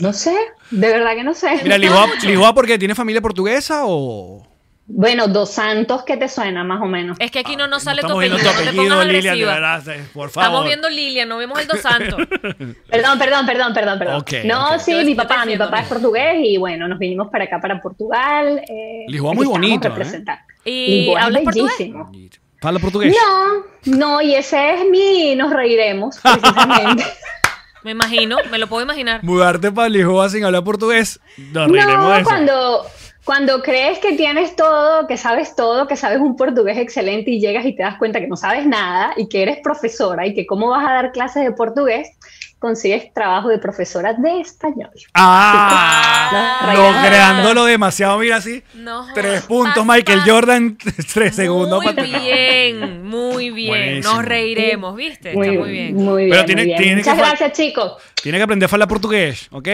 Speaker 19: No sé, de verdad que no sé.
Speaker 4: Mira, Lisboa, Lisboa porque tiene familia portuguesa o.
Speaker 19: Bueno, dos santos que te suena más o menos.
Speaker 3: Es que aquí no nos sale tu
Speaker 4: Estamos viendo
Speaker 3: apellido,
Speaker 4: tu
Speaker 3: no te pongas
Speaker 4: apellido, Lilian, de
Speaker 3: agresiva.
Speaker 4: verdad, eh, por
Speaker 3: Estamos
Speaker 4: favor.
Speaker 3: viendo Lilian, no vemos el Dos Santos.
Speaker 19: Perdón, perdón, perdón, perdón, perdón.
Speaker 4: Ok,
Speaker 19: no,
Speaker 4: ok.
Speaker 19: sí, mi papá, mi papá es portugués y bueno, nos vinimos para acá, para Portugal. eh,
Speaker 4: Lisboa
Speaker 19: aquí
Speaker 4: muy
Speaker 19: estamos
Speaker 4: bonito, ¿eh?
Speaker 19: representando.
Speaker 3: ¿Y
Speaker 19: Lisboa es
Speaker 3: hablas portugués?
Speaker 19: bellísimo.
Speaker 4: Habla portugués.
Speaker 19: No, no, y ese es mi, nos reiremos, precisamente.
Speaker 3: Me imagino, me lo puedo imaginar.
Speaker 4: Mudarte para Lisboa sin hablar portugués. Nos reiremos de
Speaker 19: no,
Speaker 4: eso.
Speaker 19: cuando, cuando crees que tienes todo, que sabes todo, que sabes un portugués excelente y llegas y te das cuenta que no sabes nada y que eres profesora y que cómo vas a dar clases de portugués, consigues trabajo de profesora de español.
Speaker 4: Ah,
Speaker 19: Sí.
Speaker 4: lográndolo demasiado, mira así.
Speaker 3: No,
Speaker 4: Tres puntos, Michael Jordan, tres segundos.
Speaker 3: Muy
Speaker 4: para-
Speaker 3: bien, muy bien.
Speaker 4: Buenísimo.
Speaker 3: Nos reiremos, ¿viste? Está muy bien.
Speaker 4: Pero tiene, tiene que,
Speaker 19: Muchas
Speaker 4: fa-
Speaker 19: gracias, chicos.
Speaker 4: tiene que aprender a hablar portugués, ¿ok?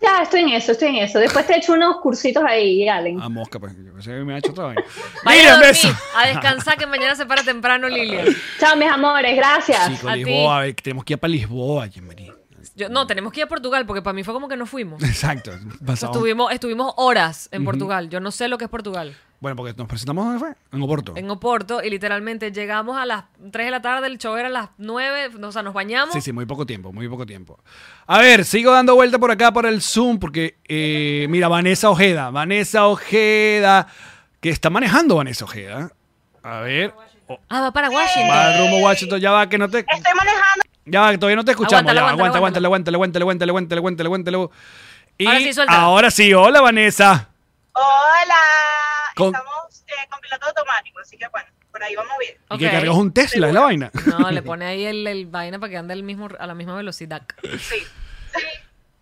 Speaker 19: Ya, estoy en eso, estoy en eso. Después te echo unos cursitos ahí, Allen.
Speaker 4: A mosca, pues. yo pensé que me ha hecho otra vaina.
Speaker 3: Vaya
Speaker 4: Mira,
Speaker 3: a dormir,
Speaker 4: beso.
Speaker 3: a descansar que mañana se para temprano, Lilia.
Speaker 19: Chao, mis amores, gracias.
Speaker 4: Chico, Lisboa, eh, tenemos que ir para Lisboa, Yemari.
Speaker 3: Yo- no, tenemos que ir a Portugal porque para mí fue como que no fuimos.
Speaker 4: Exacto. pasamos.
Speaker 3: Estuvimos, estuvimos horas en
Speaker 4: Ujú.
Speaker 3: Portugal. Yo no sé lo que es Portugal.
Speaker 4: Bueno, porque nos presentamos ¿dónde fue? En Oporto.
Speaker 3: En Oporto y literalmente llegamos a las 3 de la tarde, el show era a las 9, o sea, nos bañamos.
Speaker 4: Sí, sí, muy poco tiempo, muy poco tiempo. A ver, sigo dando vuelta por acá por el Zoom porque, eh, mira, Vanessa Ojeda, Vanessa Ojeda, que está manejando Vanessa Ojeda. A ver, o-
Speaker 3: Ah, va para Washington.
Speaker 4: va rumbo a Washington, ya va, que no te... Estoy
Speaker 9: manejando.
Speaker 4: Ya va, que todavía no te escuchamos.
Speaker 3: Aguántalo,
Speaker 4: ya va,
Speaker 3: aguántalo,
Speaker 4: aguanta, aguanta, aguanta, aguanta, aguanta, aguanta, aguanta, aguanta, aguanta. Y
Speaker 9: Ahora sí, suelta.
Speaker 4: ahora sí, hola Vanessa.
Speaker 9: Hola,
Speaker 4: Con-
Speaker 9: Ah, estamos eh, con piloto automático, así que bueno, por ahí vamos bien.
Speaker 4: Y que cargas un Tesla, es la vaina.
Speaker 3: No, le pone ahí el, el vaina para que ande al mismo, a la misma velocidad.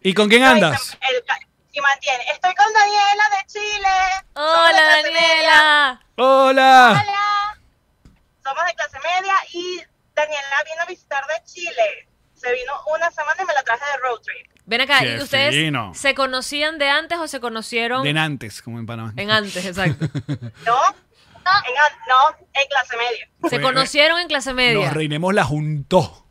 Speaker 4: ¿Y con quién andas?
Speaker 9: El ca- y mantiene. Estoy con Daniela de Chile. Somos de
Speaker 3: Hola,
Speaker 9: clase media.
Speaker 3: Daniela.
Speaker 4: Hola.
Speaker 9: Hola. Somos de clase media y Daniela vino a visitar de Chile. Se vino una semana y me la traje de road trip.
Speaker 3: Ven acá,
Speaker 4: Qué
Speaker 3: ¿y ustedes
Speaker 4: fino.
Speaker 3: se conocían de antes o se conocieron
Speaker 4: De Nantes, como en Panamá.
Speaker 3: en antes? Exacto.
Speaker 9: ¿No? En an- no, en clase media.
Speaker 3: Se
Speaker 4: Fue-
Speaker 3: conocieron en clase media.
Speaker 4: Pues, eh, Nos reinemos la juntó.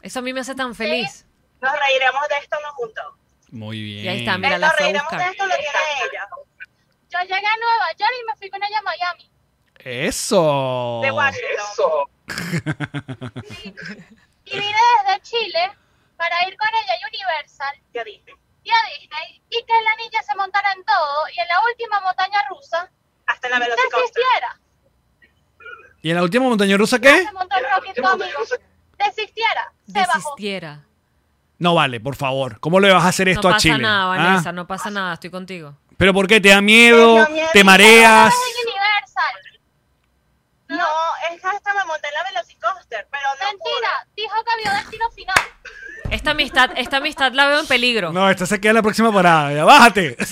Speaker 3: Eso a mí me hace tan feliz.
Speaker 9: Nos reiremos de esto, nos juntamos.
Speaker 4: Muy bien.
Speaker 3: Y ahí está, mira, la
Speaker 9: Nos
Speaker 3: fue a
Speaker 9: reiremos de
Speaker 3: buscar.
Speaker 9: esto, lo tiene ella.
Speaker 20: Yo llegué a Nueva York y me fui con ella a Miami.
Speaker 4: Eso.
Speaker 9: De Washington.
Speaker 20: Y vine desde Chile para ir con ella a Universal
Speaker 9: y a Disney.
Speaker 20: y que la niña se montara en todo y en la última montaña rusa
Speaker 9: Hasta en la Velocicoaster.
Speaker 20: desistiera.
Speaker 4: ¿Y en la última montaña rusa qué?
Speaker 20: Se montó en Rocky conmigo. Desistiera. Se bajó.
Speaker 3: Desistiera.
Speaker 4: No vale, por favor. ¿Cómo le vas a hacer esto
Speaker 3: no
Speaker 4: a Chile?
Speaker 3: pasa nada,
Speaker 4: ¿Ah?
Speaker 3: Vanessa, no pasa nada, estoy contigo.
Speaker 4: ¿Pero por qué? ¿Te da miedo? ¿Te mareas?
Speaker 20: Universal.
Speaker 9: No, es hasta me monté en la Velocicoaster, pero no
Speaker 20: Mentira. Dijo que vio destino final.
Speaker 3: Esta amistad, esta amistad la veo en peligro.
Speaker 4: No, esta se queda en la próxima parada. Ya, bájate.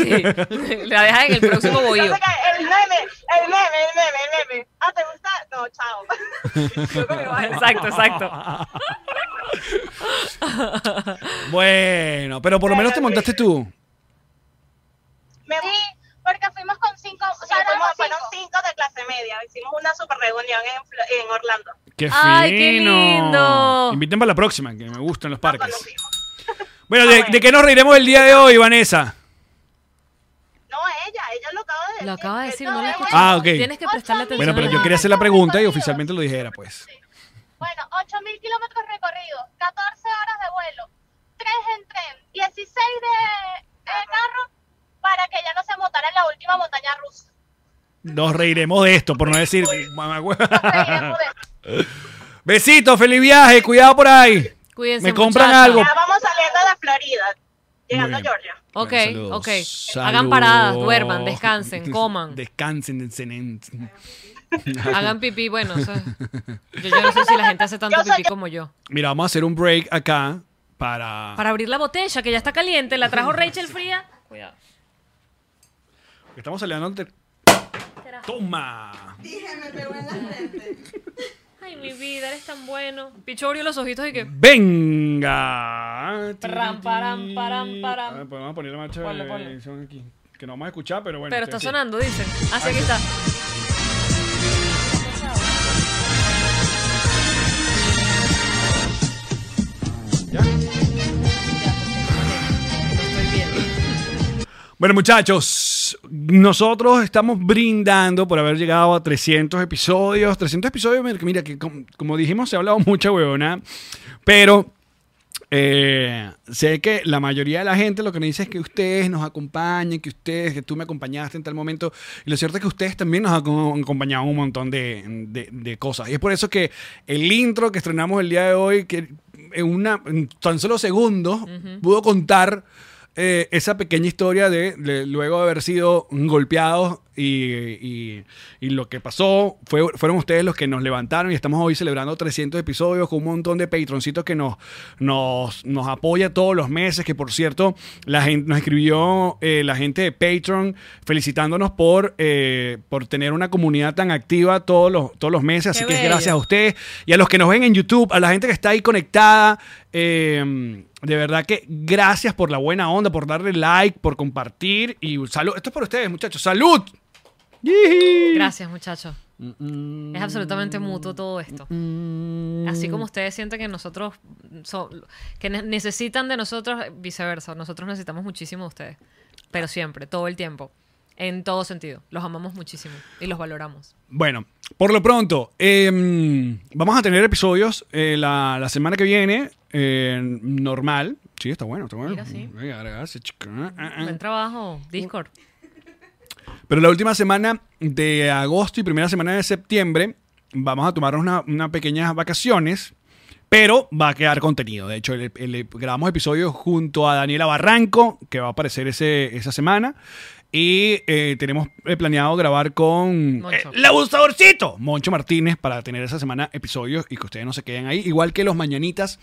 Speaker 3: la dejas en el próximo bohío.
Speaker 9: Entonces, El meme, el meme, el meme, el meme. Ah, ¿te gusta? No, chao.
Speaker 3: Exacto, exacto.
Speaker 4: bueno, pero por lo menos te montaste tú.
Speaker 20: Sí, porque fuimos con cinco. O sea,
Speaker 9: fuimos-
Speaker 20: éramos
Speaker 9: fueron
Speaker 20: cinco.
Speaker 9: cinco de clase media. Hicimos una super reunión en, Flo- en Orlando.
Speaker 4: ¡Qué fino!
Speaker 9: Ay, qué lindo.
Speaker 4: Inviten para la próxima, que me gustan los parques. Ah, Bueno, ¿de, de qué nos reiremos el día de hoy, Vanessa?
Speaker 9: No, ella, ella lo acaba de decir.
Speaker 3: Lo acaba de decir, no la
Speaker 9: Entonces,
Speaker 3: escuché.
Speaker 4: Ah, ok.
Speaker 3: Tienes que prestarle atención.
Speaker 4: Bueno, pero yo quería hacer la pregunta y oficialmente lo dijera, pues.
Speaker 20: Bueno, 8.000 kilómetros recorridos, 14 horas de vuelo, 3 en tren, 16 de, de carro para que ya no se montara en la última montaña rusa.
Speaker 4: Nos reiremos de esto, por no decir...
Speaker 20: reiremos
Speaker 4: Besitos, feliz viaje, cuidado por ahí.
Speaker 3: Cuídense,
Speaker 4: Me compran
Speaker 3: muchachos.
Speaker 4: algo.
Speaker 9: Ya vamos saliendo de Florida, llegando a
Speaker 4: bien.
Speaker 9: Georgia.
Speaker 3: Ok,
Speaker 4: Bueno,
Speaker 3: ok.
Speaker 4: saludos.
Speaker 3: Hagan paradas,
Speaker 4: Saludos.
Speaker 3: duerman, descansen, coman.
Speaker 4: Descansen, descansen.
Speaker 3: Hagan pipí, bueno, eso es- yo, yo no sé si la gente hace tanto
Speaker 20: Yo soy
Speaker 3: pipí como yo.
Speaker 4: Mira, vamos a hacer un break acá para.
Speaker 3: Para abrir la botella, que ya está caliente, la trajo Rachel fría. Cuidado.
Speaker 4: Estamos saliendo. ante- ¡Toma!
Speaker 3: Dije, me pegó en la frente. Ay, mi vida, eres tan bueno. Picho abrió los ojitos y que...
Speaker 4: ¡Venga!
Speaker 3: Param, param, param, param.
Speaker 4: A ver, podemos poner la marcha
Speaker 3: Ponle,
Speaker 4: de
Speaker 3: ponle.
Speaker 4: edición aquí. Que no vamos a escuchar, pero bueno.
Speaker 3: Pero
Speaker 4: estoy
Speaker 3: está
Speaker 4: aquí.
Speaker 3: sonando, dicen. Así
Speaker 4: Ahí
Speaker 3: que está.
Speaker 4: Bueno, muchachos, nosotros estamos brindando por haber llegado a 300 episodios. 300 episodios, mira, que- mira que com- como, dijimos, se ha hablado mucha huevona, pero eh, sé que la mayoría de la gente lo que me dice es que ustedes nos acompañen, que ustedes, que tú me acompañaste en tal momento. Y lo cierto es que ustedes también nos han acompañado en un montón de, de- de cosas. Y es por eso que el intro que estrenamos el día de hoy, que en, una, en tan solo segundos, pudo contar eh, esa pequeña historia de, de luego haber sido golpeados y, y- y lo que pasó fue, fueron ustedes los que nos levantaron y estamos hoy celebrando 300 episodios con un montón de patroncitos que nos, nos, nos apoya todos los meses, que por cierto la gente, nos escribió eh, la gente de Patreon felicitándonos por, eh, por tener una comunidad tan activa todos los, todos los meses, así
Speaker 21: Qué
Speaker 4: que
Speaker 21: bello.
Speaker 4: gracias a ustedes y a los que nos ven en YouTube, a la gente que está ahí conectada. eh, de verdad que gracias por la buena onda, por darle like, por compartir y salud. Esto es por ustedes, muchachos. ¡Salud!
Speaker 3: Gracias, muchachos. Es absolutamente mutuo todo esto. Así como ustedes sienten que nosotros so- que ne- necesitan de nosotros, eh, viceversa. Nosotros necesitamos muchísimo de ustedes. Pero siempre, todo el tiempo. En todo sentido. Los amamos muchísimo y los valoramos.
Speaker 4: Bueno, por lo pronto, eh, vamos a tener episodios eh, la, la semana que viene, eh, normal. Sí, está bueno, está bueno.
Speaker 3: Mira, sí.
Speaker 4: Venga, gracias, chica. Ah, ah, ah.
Speaker 3: Buen trabajo, Discord.
Speaker 4: Pero la última semana de agosto y primera semana de septiembre vamos a tomarnos una- unas pequeñas vacaciones, pero va a quedar contenido. De hecho, el- el- grabamos episodios junto a Daniela Barranco, que va a aparecer ese, esa semana. Y eh, tenemos eh, planeado grabar con eh, el abusadorcito, Moncho Martínez, para tener esa semana episodios y que ustedes no se queden ahí. Igual que los mañanitas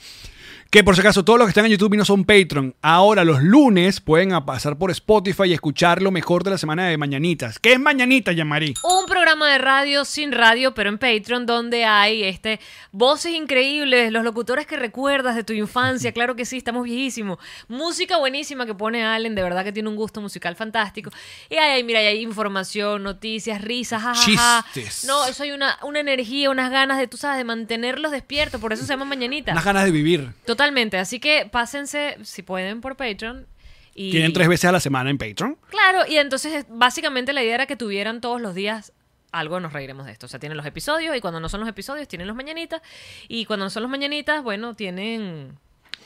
Speaker 4: que por si acaso, todos los que están en YouTube y no son Patreon, ahora los lunes pueden a- pasar por Spotify y escuchar lo mejor de la semana de Mañanitas. ¿Qué es Mañanitas, Yamari?
Speaker 3: Un programa de radio sin radio, pero en Patreon, donde hay este voces increíbles, los locutores que recuerdas de tu infancia, claro que sí, estamos viejísimos. Música buenísima que pone Allen, de verdad que tiene un gusto musical fantástico. Y ahí, hay, mira, ahí hay información, noticias, risas, jajaja.
Speaker 4: Chistes.
Speaker 3: No, eso hay una, una energía, unas ganas de, tú sabes, de mantenerlos despiertos, por eso se llama Mañanita.
Speaker 4: Unas ganas de vivir.
Speaker 3: Totalmente, así que pásense, si pueden, por Patreon. Y...
Speaker 4: Tienen tres veces a la semana en Patreon.
Speaker 3: Claro, y entonces es- básicamente la idea era que tuvieran todos los días algo, nos reiremos de esto. O sea, tienen los episodios y cuando no son los episodios tienen los mañanitas y cuando no son los mañanitas, bueno, tienen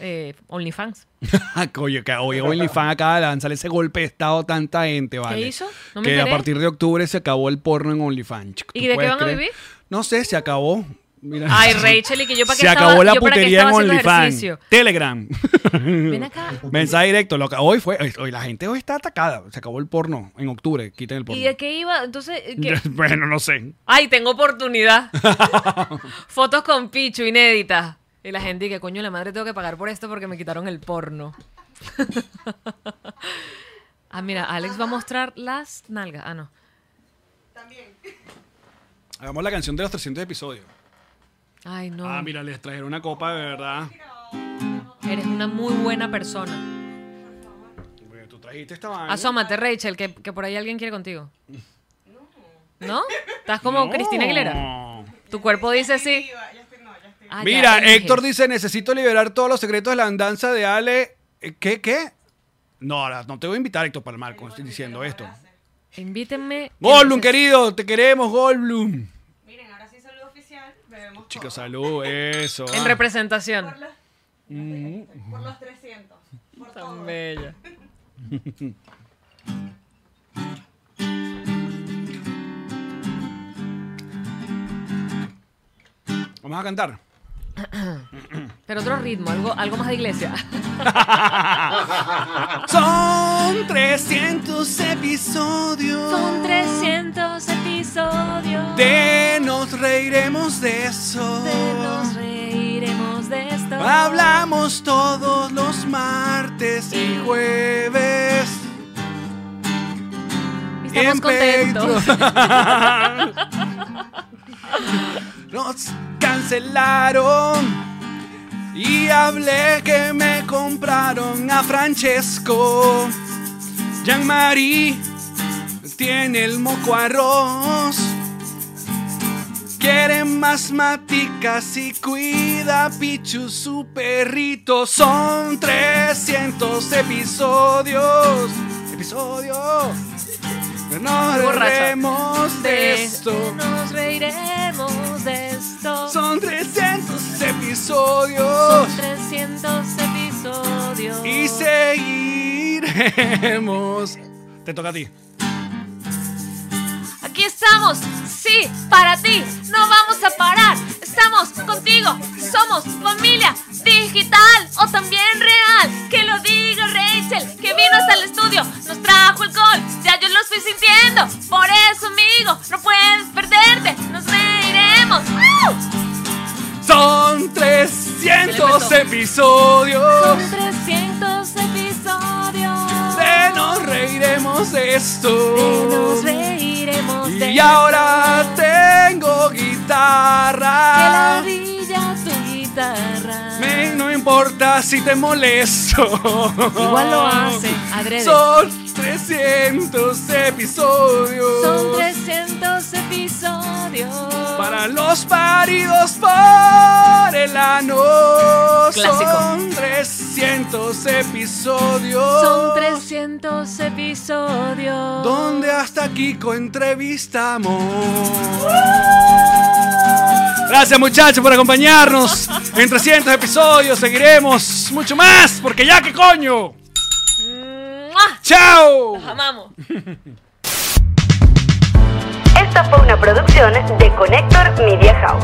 Speaker 3: eh, OnlyFans.
Speaker 4: Oye, que hoy OnlyFans acaba de lanzar ese golpe de estado a tanta gente, ¿vale?
Speaker 3: hizo? No me
Speaker 4: que a
Speaker 3: enteré.
Speaker 4: partir de octubre se acabó el porno en OnlyFans. chico.
Speaker 3: ¿Y
Speaker 4: ¿Tú
Speaker 3: de qué
Speaker 4: puedes
Speaker 3: van a
Speaker 4: creer?
Speaker 3: vivir?
Speaker 4: No sé, se acabó. Mira.
Speaker 3: Ay, Rachel, y que yo para qué
Speaker 4: Se
Speaker 3: estaba-
Speaker 4: acabó la
Speaker 3: yo para qué
Speaker 4: putería en
Speaker 3: estaba haciendo
Speaker 4: OnlyFans.
Speaker 3: ejercicio.
Speaker 4: Telegram.
Speaker 3: Ven acá.
Speaker 4: Mensaje directo. Lo que- hoy fue. hoy- Hoy, la gente hoy está atacada. Se acabó el porno. En octubre, quiten el
Speaker 3: ¿Y
Speaker 4: porno.
Speaker 3: de qué iba? Entonces, ¿qué?
Speaker 4: bueno, no sé.
Speaker 3: ay, tengo oportunidad. Fotos con Pichu inéditas. Y la gente, y que coño, la madre tengo que pagar por esto porque me quitaron el porno. ah, mira, Alex va a mostrar las nalgas. Ah, no.
Speaker 4: Hagamos la canción de los 300 episodios.
Speaker 3: Ay, no.
Speaker 4: Ah, mira, les trajeron una copa de verdad.
Speaker 3: Eres una muy buena persona.
Speaker 4: Porque Tú trajiste esta vaina.
Speaker 3: Asómate, Rachel, que, que por ahí alguien quiere contigo. No. ¿No? Estás como
Speaker 4: No.
Speaker 3: Cristina Aguilera. Tu cuerpo dice sí. Ah, ya,
Speaker 4: Mira,
Speaker 3: elige.
Speaker 4: Héctor dice: Necesito liberar todos los secretos de la andanza de Ale. Eh, ¿Qué? ¿Qué? No, ahora no te voy a invitar, Héctor Palmar, cuando estoy diciendo esto.
Speaker 3: Invítenme.
Speaker 4: Goldblum, querido, te queremos, Goldblum.
Speaker 22: Miren, ahora sí saludo oficial. Bebemos
Speaker 4: Chicos, salud, eso.
Speaker 3: En
Speaker 4: ah.
Speaker 3: representación.
Speaker 4: Mm.
Speaker 22: por los 300. Por todo.
Speaker 3: Bella.
Speaker 4: Vamos a cantar.
Speaker 3: Pero otro ritmo, algo, algo más de iglesia.
Speaker 4: Son 300 episodios.
Speaker 3: Son 300 episodios.
Speaker 4: De nos reiremos de eso.
Speaker 3: De nos reiremos de esto.
Speaker 4: Hablamos todos los martes y jueves.
Speaker 3: Estamos
Speaker 4: En
Speaker 3: contentos.
Speaker 4: Patreon. Nos cancelaron. Y hablé que me compraron a Francesco. Jean-Marie tiene el moco arroz. Quiere más maticas y cuida a Pichu su perrito. Son 300 episodios. Episodio. Nos reiremos de esto.
Speaker 3: Nos reiremos de esto.
Speaker 4: Son 300 episodios.
Speaker 3: Son 300 episodios.
Speaker 4: Y seguiremos. Te toca a ti.
Speaker 3: Aquí estamos, sí, para ti, no vamos a parar. Estamos contigo, somos familia digital o también real. Que lo diga Rachel, que vino hasta el estudio, nos trajo el gol, ya yo lo estoy sintiendo. Por
Speaker 4: 300 episodios.
Speaker 3: Son 300 episodios.
Speaker 4: Se nos reiremos de esto.
Speaker 3: Nos reiremos de
Speaker 4: Y ahora tengo guitarra.
Speaker 3: Que ladilla tu guitarra.
Speaker 4: Me- no importa si te molesto.
Speaker 3: Igual lo hace, adrede.
Speaker 4: Son 300 episodios.
Speaker 3: Son 300 episodios.
Speaker 4: Para los paridos por el ano.
Speaker 3: Clásico.
Speaker 4: Son 300 episodios.
Speaker 3: Son 300 episodios.
Speaker 4: Donde hasta Kiko entrevistamos. Gracias muchachos por acompañarnos. En 300 episodios seguiremos mucho más. Porque ya que coño.
Speaker 3: ¡Mua!
Speaker 4: ¡Chao!
Speaker 3: Los amamos.
Speaker 21: Esta fue una producción de Connector Media House.